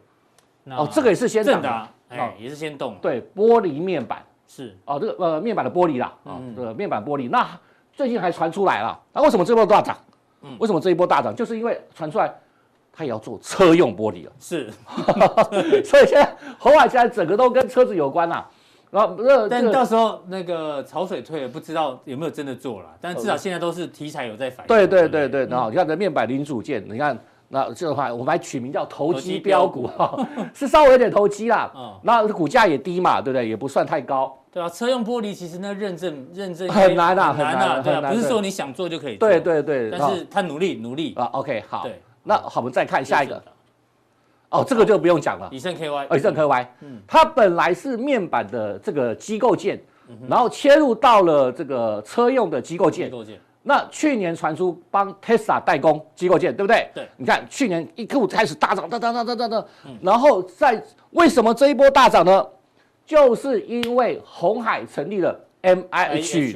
[SPEAKER 1] 那
[SPEAKER 3] 哦，这个也是先
[SPEAKER 1] 正
[SPEAKER 3] 涨
[SPEAKER 1] 达
[SPEAKER 3] 的，哦
[SPEAKER 1] 哎也是先动，
[SPEAKER 3] 对，玻璃面板
[SPEAKER 1] 是
[SPEAKER 3] 哦，这个呃面板的玻璃啦，啊
[SPEAKER 1] 嗯，
[SPEAKER 3] 这个面板玻璃，那最近还传出来了，那为什么这波大涨？
[SPEAKER 1] 嗯
[SPEAKER 3] 为什么这一波大涨？就是因为传出来它也要做车用玻璃了。 [LAUGHS]
[SPEAKER 1] 是，
[SPEAKER 3] 所以现在红海现在整个都跟车子有关啦。然后呃，这
[SPEAKER 1] 但
[SPEAKER 3] 个
[SPEAKER 1] 到时候那个潮水退了，不知道有没有真的做了，但至少现在都是题材有在反应。
[SPEAKER 3] 呃对对
[SPEAKER 1] 不嗯
[SPEAKER 3] 对，对，然后你看这面板零组件，你看那这的话，我们还取名叫投
[SPEAKER 1] 投
[SPEAKER 3] 机
[SPEAKER 1] 机
[SPEAKER 3] 标
[SPEAKER 1] 标
[SPEAKER 3] 股哈，是稍微有点投机啦
[SPEAKER 1] [LAUGHS] 嗯，
[SPEAKER 3] 那股价也低嘛，对不对？也不算太高。
[SPEAKER 1] 对啊，车用玻璃其实那认证认证
[SPEAKER 3] 很难啊
[SPEAKER 1] 很难
[SPEAKER 3] 很难
[SPEAKER 1] 啊，
[SPEAKER 3] 啊
[SPEAKER 1] 对
[SPEAKER 3] 很
[SPEAKER 1] 啊，
[SPEAKER 3] 难
[SPEAKER 1] 不是
[SPEAKER 3] 对
[SPEAKER 1] 说你想做就可以做，
[SPEAKER 3] 对对对，
[SPEAKER 1] 但
[SPEAKER 3] 啊
[SPEAKER 1] 是他努力努力，
[SPEAKER 3] 啊，OK，好
[SPEAKER 1] 对，
[SPEAKER 3] 那好，我们再看下一个
[SPEAKER 1] 就是。
[SPEAKER 3] 哦，这个就不用讲了。
[SPEAKER 1] 以盛 KY，
[SPEAKER 3] 呃，正科 Y，它
[SPEAKER 1] 嗯
[SPEAKER 3] 本来是面板的这个机构件，然后切入到了这个车用的机构件
[SPEAKER 1] 建，嗯构建，
[SPEAKER 3] 那去年传出帮 Tesla 代工机构件，对不对？
[SPEAKER 1] 对
[SPEAKER 3] 你看去年一度开始大涨，大涨，大涨，大涨，然后在为什么这一波大涨呢？就是因为红海成立了 MIH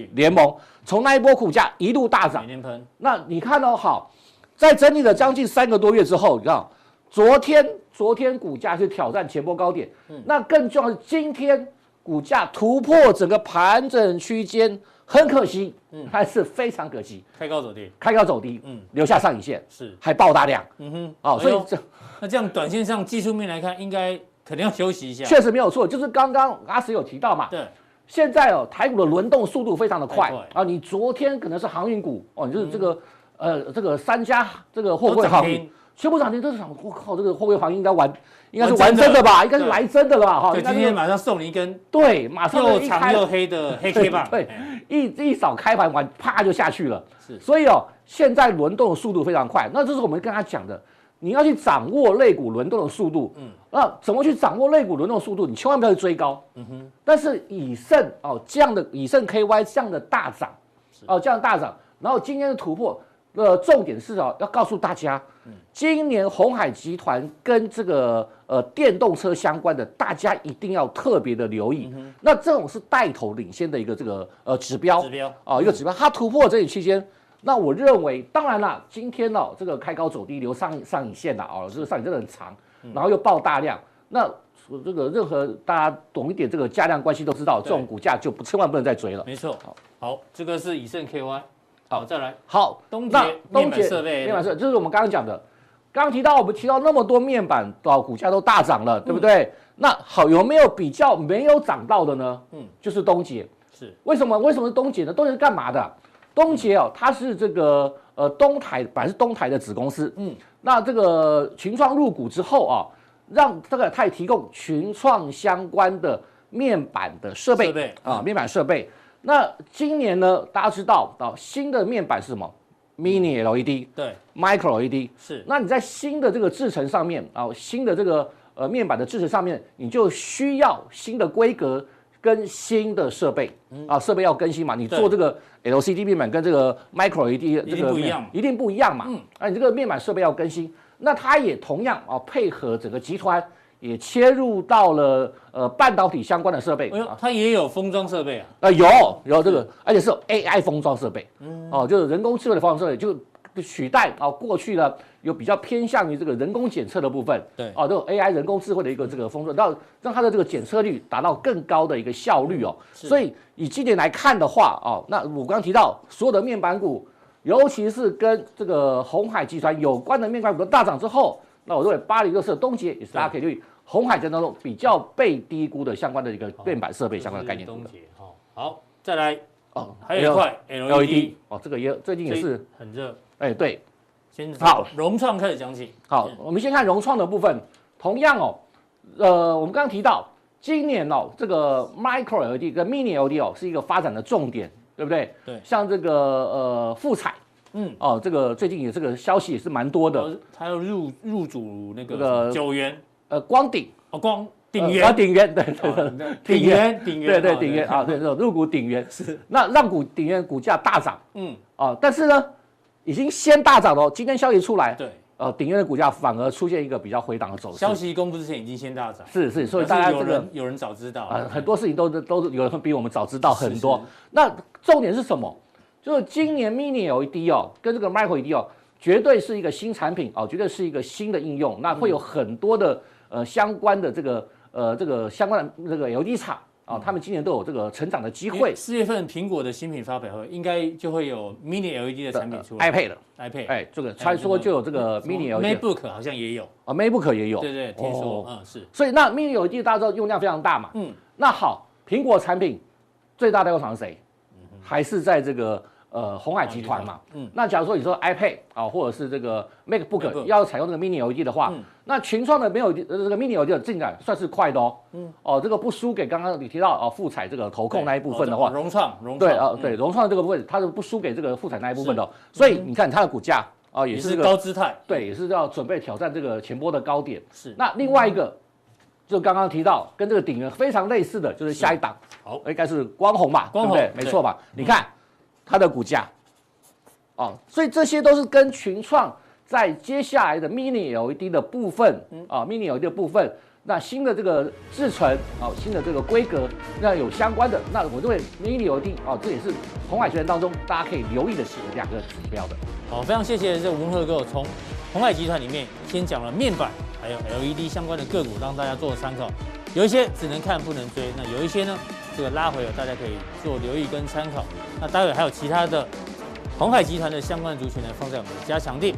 [SPEAKER 1] IH
[SPEAKER 3] 联盟，从那一波股价一路大涨
[SPEAKER 1] 每。年喷，
[SPEAKER 3] 那你看到、好，在整理了将近三个多月之后，你看哦昨天昨天股价是挑战前波高点，那更重要是今天股价突破整个盘整区间，很可惜，还是非常可惜，
[SPEAKER 1] 开高走低，
[SPEAKER 3] 开高走低，
[SPEAKER 1] 嗯
[SPEAKER 3] 留下上影线，
[SPEAKER 1] 是，
[SPEAKER 3] 还爆大量，
[SPEAKER 1] 嗯哼，
[SPEAKER 3] 哦，所以
[SPEAKER 1] 哎呦
[SPEAKER 3] 这
[SPEAKER 1] 那这样短线上技术面来看，应该肯定要休息一下。
[SPEAKER 3] 确实没有错，就是刚刚阿石有提到嘛，
[SPEAKER 1] 对，
[SPEAKER 3] 现在哦，台股的轮动速度非常的快
[SPEAKER 1] 太快
[SPEAKER 3] 啊！你昨天可能是航运股哦，你就是这个、呃这个三家这个
[SPEAKER 1] 嗯
[SPEAKER 3] 货
[SPEAKER 1] 都
[SPEAKER 3] 柜
[SPEAKER 1] 涨
[SPEAKER 3] 航运
[SPEAKER 1] 停，
[SPEAKER 3] 全部涨停，都是想我靠，这个货柜航运应该玩，应该是
[SPEAKER 1] 玩
[SPEAKER 3] 玩
[SPEAKER 1] 真的
[SPEAKER 3] 真的吧？应该是
[SPEAKER 1] 对
[SPEAKER 3] 来真的了吧？哈，
[SPEAKER 1] 对，
[SPEAKER 3] 应该
[SPEAKER 1] 今
[SPEAKER 3] 是
[SPEAKER 1] 天马上送你一根
[SPEAKER 3] 对，马上
[SPEAKER 1] 又
[SPEAKER 3] 就一
[SPEAKER 1] 长
[SPEAKER 3] 开
[SPEAKER 1] 又黑
[SPEAKER 3] [LAUGHS]
[SPEAKER 1] 的黑 K 棒。
[SPEAKER 3] 对
[SPEAKER 1] 哎
[SPEAKER 3] 一一扫开盘完，啪就下去了。
[SPEAKER 1] 是
[SPEAKER 3] 所以哦，现在轮动的速度非常快，那这是我们跟他讲的，你要去掌握类股轮动的速度。嗯，那怎么去掌握类股轮动的速度？你千万不要去追高。嗯哼。但是以盛哦这样的以盛 KY 这样的大涨，哦这样的大涨，然后今天的突破，呃，重点是哦要告诉大家，
[SPEAKER 1] 嗯
[SPEAKER 3] 今年红海集团跟这个呃电动车相关的，大家一定要特别的留
[SPEAKER 1] 嗯
[SPEAKER 3] 意。那这种是带头领先的一个这个呃指标，
[SPEAKER 1] 指标
[SPEAKER 3] 啊、一个指标，它突破这里区间，那我认为，当然啦，今天哦，这个开高走低留上上影线的哦，这个上影线很长，
[SPEAKER 1] 嗯
[SPEAKER 3] 然后又爆大量，那这个任何大家懂一点这个价量关系都知道，这种
[SPEAKER 1] 对
[SPEAKER 3] 股价就不千万不能再追了。
[SPEAKER 1] 没错。好，这个是以盛 KY。
[SPEAKER 3] 好
[SPEAKER 1] 好，再来
[SPEAKER 3] 好，
[SPEAKER 1] 东
[SPEAKER 3] 那
[SPEAKER 1] 杰
[SPEAKER 3] 东
[SPEAKER 1] 面板
[SPEAKER 3] 杰
[SPEAKER 1] 设备
[SPEAKER 3] 面板设备，这是我们刚刚讲的。刚刚提到我们提到那么多面板哦，股价都大涨了，
[SPEAKER 1] 嗯
[SPEAKER 3] 对不对？那好，有没有比较没有涨到的呢？嗯
[SPEAKER 1] 嗯，
[SPEAKER 3] 就是东杰。
[SPEAKER 1] 是
[SPEAKER 3] 为什么？为什么是东杰呢？东杰是干嘛的？东杰
[SPEAKER 1] 嗯
[SPEAKER 3] 哦，它是这个呃东台，本来是东台的子公司。嗯
[SPEAKER 1] 嗯，
[SPEAKER 3] 那这个群创入股之后啊，让这个它也提供群创相关的面板的设备
[SPEAKER 1] 设备
[SPEAKER 3] 啊，面板设备。那今年呢，大家知道啊，新的面板是什么？Mini LED、
[SPEAKER 1] 对
[SPEAKER 3] Micro E LED。
[SPEAKER 1] 是
[SPEAKER 3] 那你在新的这个制程上面啊，新的这个呃面板的制程上面，你就需要新的规格跟新的设备啊，设备要更新嘛。你
[SPEAKER 1] 嗯对
[SPEAKER 3] 做这个 LCD 面板跟这个 Micro LED 这
[SPEAKER 1] 一定
[SPEAKER 3] 个
[SPEAKER 1] 不一
[SPEAKER 3] 面
[SPEAKER 1] 样嗯嘛
[SPEAKER 3] 一定不一样嘛。啊，你这个面板设备要更新，那它也同样啊，配合整个集团也切入到了呃半导体相关的设备
[SPEAKER 1] 哎
[SPEAKER 3] 啊
[SPEAKER 1] 呦，。它也有封装设备啊，
[SPEAKER 3] 啊，有有这个，而且是有 AI 封装设备，
[SPEAKER 1] 嗯
[SPEAKER 3] 哦，就是人工智慧的封装设备，就取代啊、哦、过去呢有比较偏向于这个人工检测的部分，
[SPEAKER 1] 对
[SPEAKER 3] 哦，这种 AI 人工智慧的一个这个封装，让让它的这个检测率达到更高的一个效率哦。所以以今年来看的话，哦，那我刚刚提到所有的面板股，尤其是跟这个红海集团有关的面板股的大涨之后，那我认为八零六四的东杰也是大家可以留意。红海在当中比较被低估的相关的一个面板设备相关的概念
[SPEAKER 1] 这
[SPEAKER 3] 股
[SPEAKER 1] 哦是
[SPEAKER 3] 的
[SPEAKER 1] 东杰哈。好，再来
[SPEAKER 3] 哦，
[SPEAKER 1] 还有一 E 块
[SPEAKER 3] LED
[SPEAKER 1] LED，
[SPEAKER 3] 哦，这个也最近也是，
[SPEAKER 1] 很热。
[SPEAKER 3] 哎，对，
[SPEAKER 1] 先从
[SPEAKER 3] 好
[SPEAKER 1] 融创开始讲起。
[SPEAKER 3] 好，我们先看融创的部分，同样哦，呃，我们刚刚提到今年哦，这个 micro LED 跟 mini LED 哦是一个发展的重点，对不对？
[SPEAKER 1] 对
[SPEAKER 3] 像这个呃富彩
[SPEAKER 1] 嗯，
[SPEAKER 3] 哦，这个最近也这个消息也是蛮多的，
[SPEAKER 1] 哦它要入入主那
[SPEAKER 3] 这个
[SPEAKER 1] 个九元
[SPEAKER 3] 呃，光顶
[SPEAKER 1] 哦，光
[SPEAKER 3] 呃
[SPEAKER 1] 鼎
[SPEAKER 3] 啊
[SPEAKER 1] 元，
[SPEAKER 3] 鼎元，对对对。
[SPEAKER 1] 哦
[SPEAKER 3] 鼎
[SPEAKER 1] 鼎
[SPEAKER 3] 元
[SPEAKER 1] 元，
[SPEAKER 3] [LAUGHS]
[SPEAKER 1] 鼎
[SPEAKER 3] 对
[SPEAKER 1] 元，
[SPEAKER 3] 对，
[SPEAKER 1] 哦
[SPEAKER 3] 鼎元，
[SPEAKER 1] [LAUGHS]
[SPEAKER 3] 啊，对，对入股鼎元是，那让股鼎元股价大涨
[SPEAKER 1] 嗯，
[SPEAKER 3] 啊，但是呢，已经先大涨了哦，今天消息出来，
[SPEAKER 1] 对，
[SPEAKER 3] 呃，鼎元的股价反而出现一个比较回档的走势。
[SPEAKER 1] 消息公布之前已经先大涨，
[SPEAKER 3] 是哦是，所以
[SPEAKER 1] 但
[SPEAKER 3] 大
[SPEAKER 1] 是
[SPEAKER 3] 家
[SPEAKER 1] 有
[SPEAKER 3] 这个
[SPEAKER 1] 人有人早知道
[SPEAKER 3] 呃很多事情都是都是有人比我们早知道很多
[SPEAKER 1] 是。
[SPEAKER 3] 那重点是什么？就是今年 Mini LED 哦，跟这个 Micro LED 哦，绝对是一个新产品哦，绝对是一个新的应用。那
[SPEAKER 1] 嗯
[SPEAKER 3] 会有很多的呃相关的这个呃这个相关的这个 LED 厂啊，他们今年都有这个成长的机
[SPEAKER 1] 嗯因
[SPEAKER 3] 会
[SPEAKER 1] 为。四月份苹果的新品发表会，应该就会有 Mini LED 的产品出来
[SPEAKER 3] iPad 了，
[SPEAKER 1] ，iPad，
[SPEAKER 3] 呃哎，这个传说就有这个
[SPEAKER 1] 什么
[SPEAKER 3] Mini LED
[SPEAKER 1] 嗯 MacBook 好像也有，
[SPEAKER 3] 啊，MacBook 也有。
[SPEAKER 1] 对对，听
[SPEAKER 3] 哦
[SPEAKER 1] 说，嗯，是，
[SPEAKER 3] 所以那 mini LED 大家知道用量非常大嘛，嗯
[SPEAKER 1] 嗯，
[SPEAKER 3] 那好，苹果产品最大代工厂是谁？还是在这个呃嗯红海集团嘛，
[SPEAKER 1] 哦
[SPEAKER 3] 嗯，那假如说你说 iPad 啊、或者是这个 MacBook 嗯
[SPEAKER 1] MacBook
[SPEAKER 3] 要采用这个 mini LED 的话，那群创的没有呃这个 mini LED 的进展算是快的哦，嗯，哦这个不输给刚刚你提到哦富彩这个投控那一部分的话
[SPEAKER 1] 哦，融创，融创，
[SPEAKER 3] 对啊、
[SPEAKER 1] 嗯
[SPEAKER 3] 对融创这个部分它是不输给这个富彩那一部分的哦，所以你看它的股价啊、也
[SPEAKER 1] 也
[SPEAKER 3] 是这
[SPEAKER 1] 是
[SPEAKER 3] 个
[SPEAKER 1] 高姿态，
[SPEAKER 3] 对，也是要准备挑战这个前波的高点。
[SPEAKER 1] 是
[SPEAKER 3] 那另外一个，就刚刚提到跟这个顶元非常类似的，就是下一档，哎
[SPEAKER 1] 好，
[SPEAKER 3] 应该是光红嘛，
[SPEAKER 1] 光
[SPEAKER 3] 对不
[SPEAKER 1] 红
[SPEAKER 3] 对？没
[SPEAKER 1] 对
[SPEAKER 3] 错吧？你看它的股价，哦，所以这些都是跟群创在接下来的 Mini LED 的部分
[SPEAKER 1] 嗯
[SPEAKER 3] 啊，Mini LED 的部分。那新的这个制程啊，新的这个规格，那有相关的，那我认为 Mini LED 啊，这也是红海学员当中大家可以留意的是两个指标的。
[SPEAKER 1] 好，非常谢谢这文赫哥从红海集团里面先讲了面板，还有 LED 相关的个股，让大家做参考。有一些只能看不能追，那有一些呢，这个拉回了，大家可以做留意跟参考。那待会还有其他的红海集团的相关族群呢，放在我们的加强地。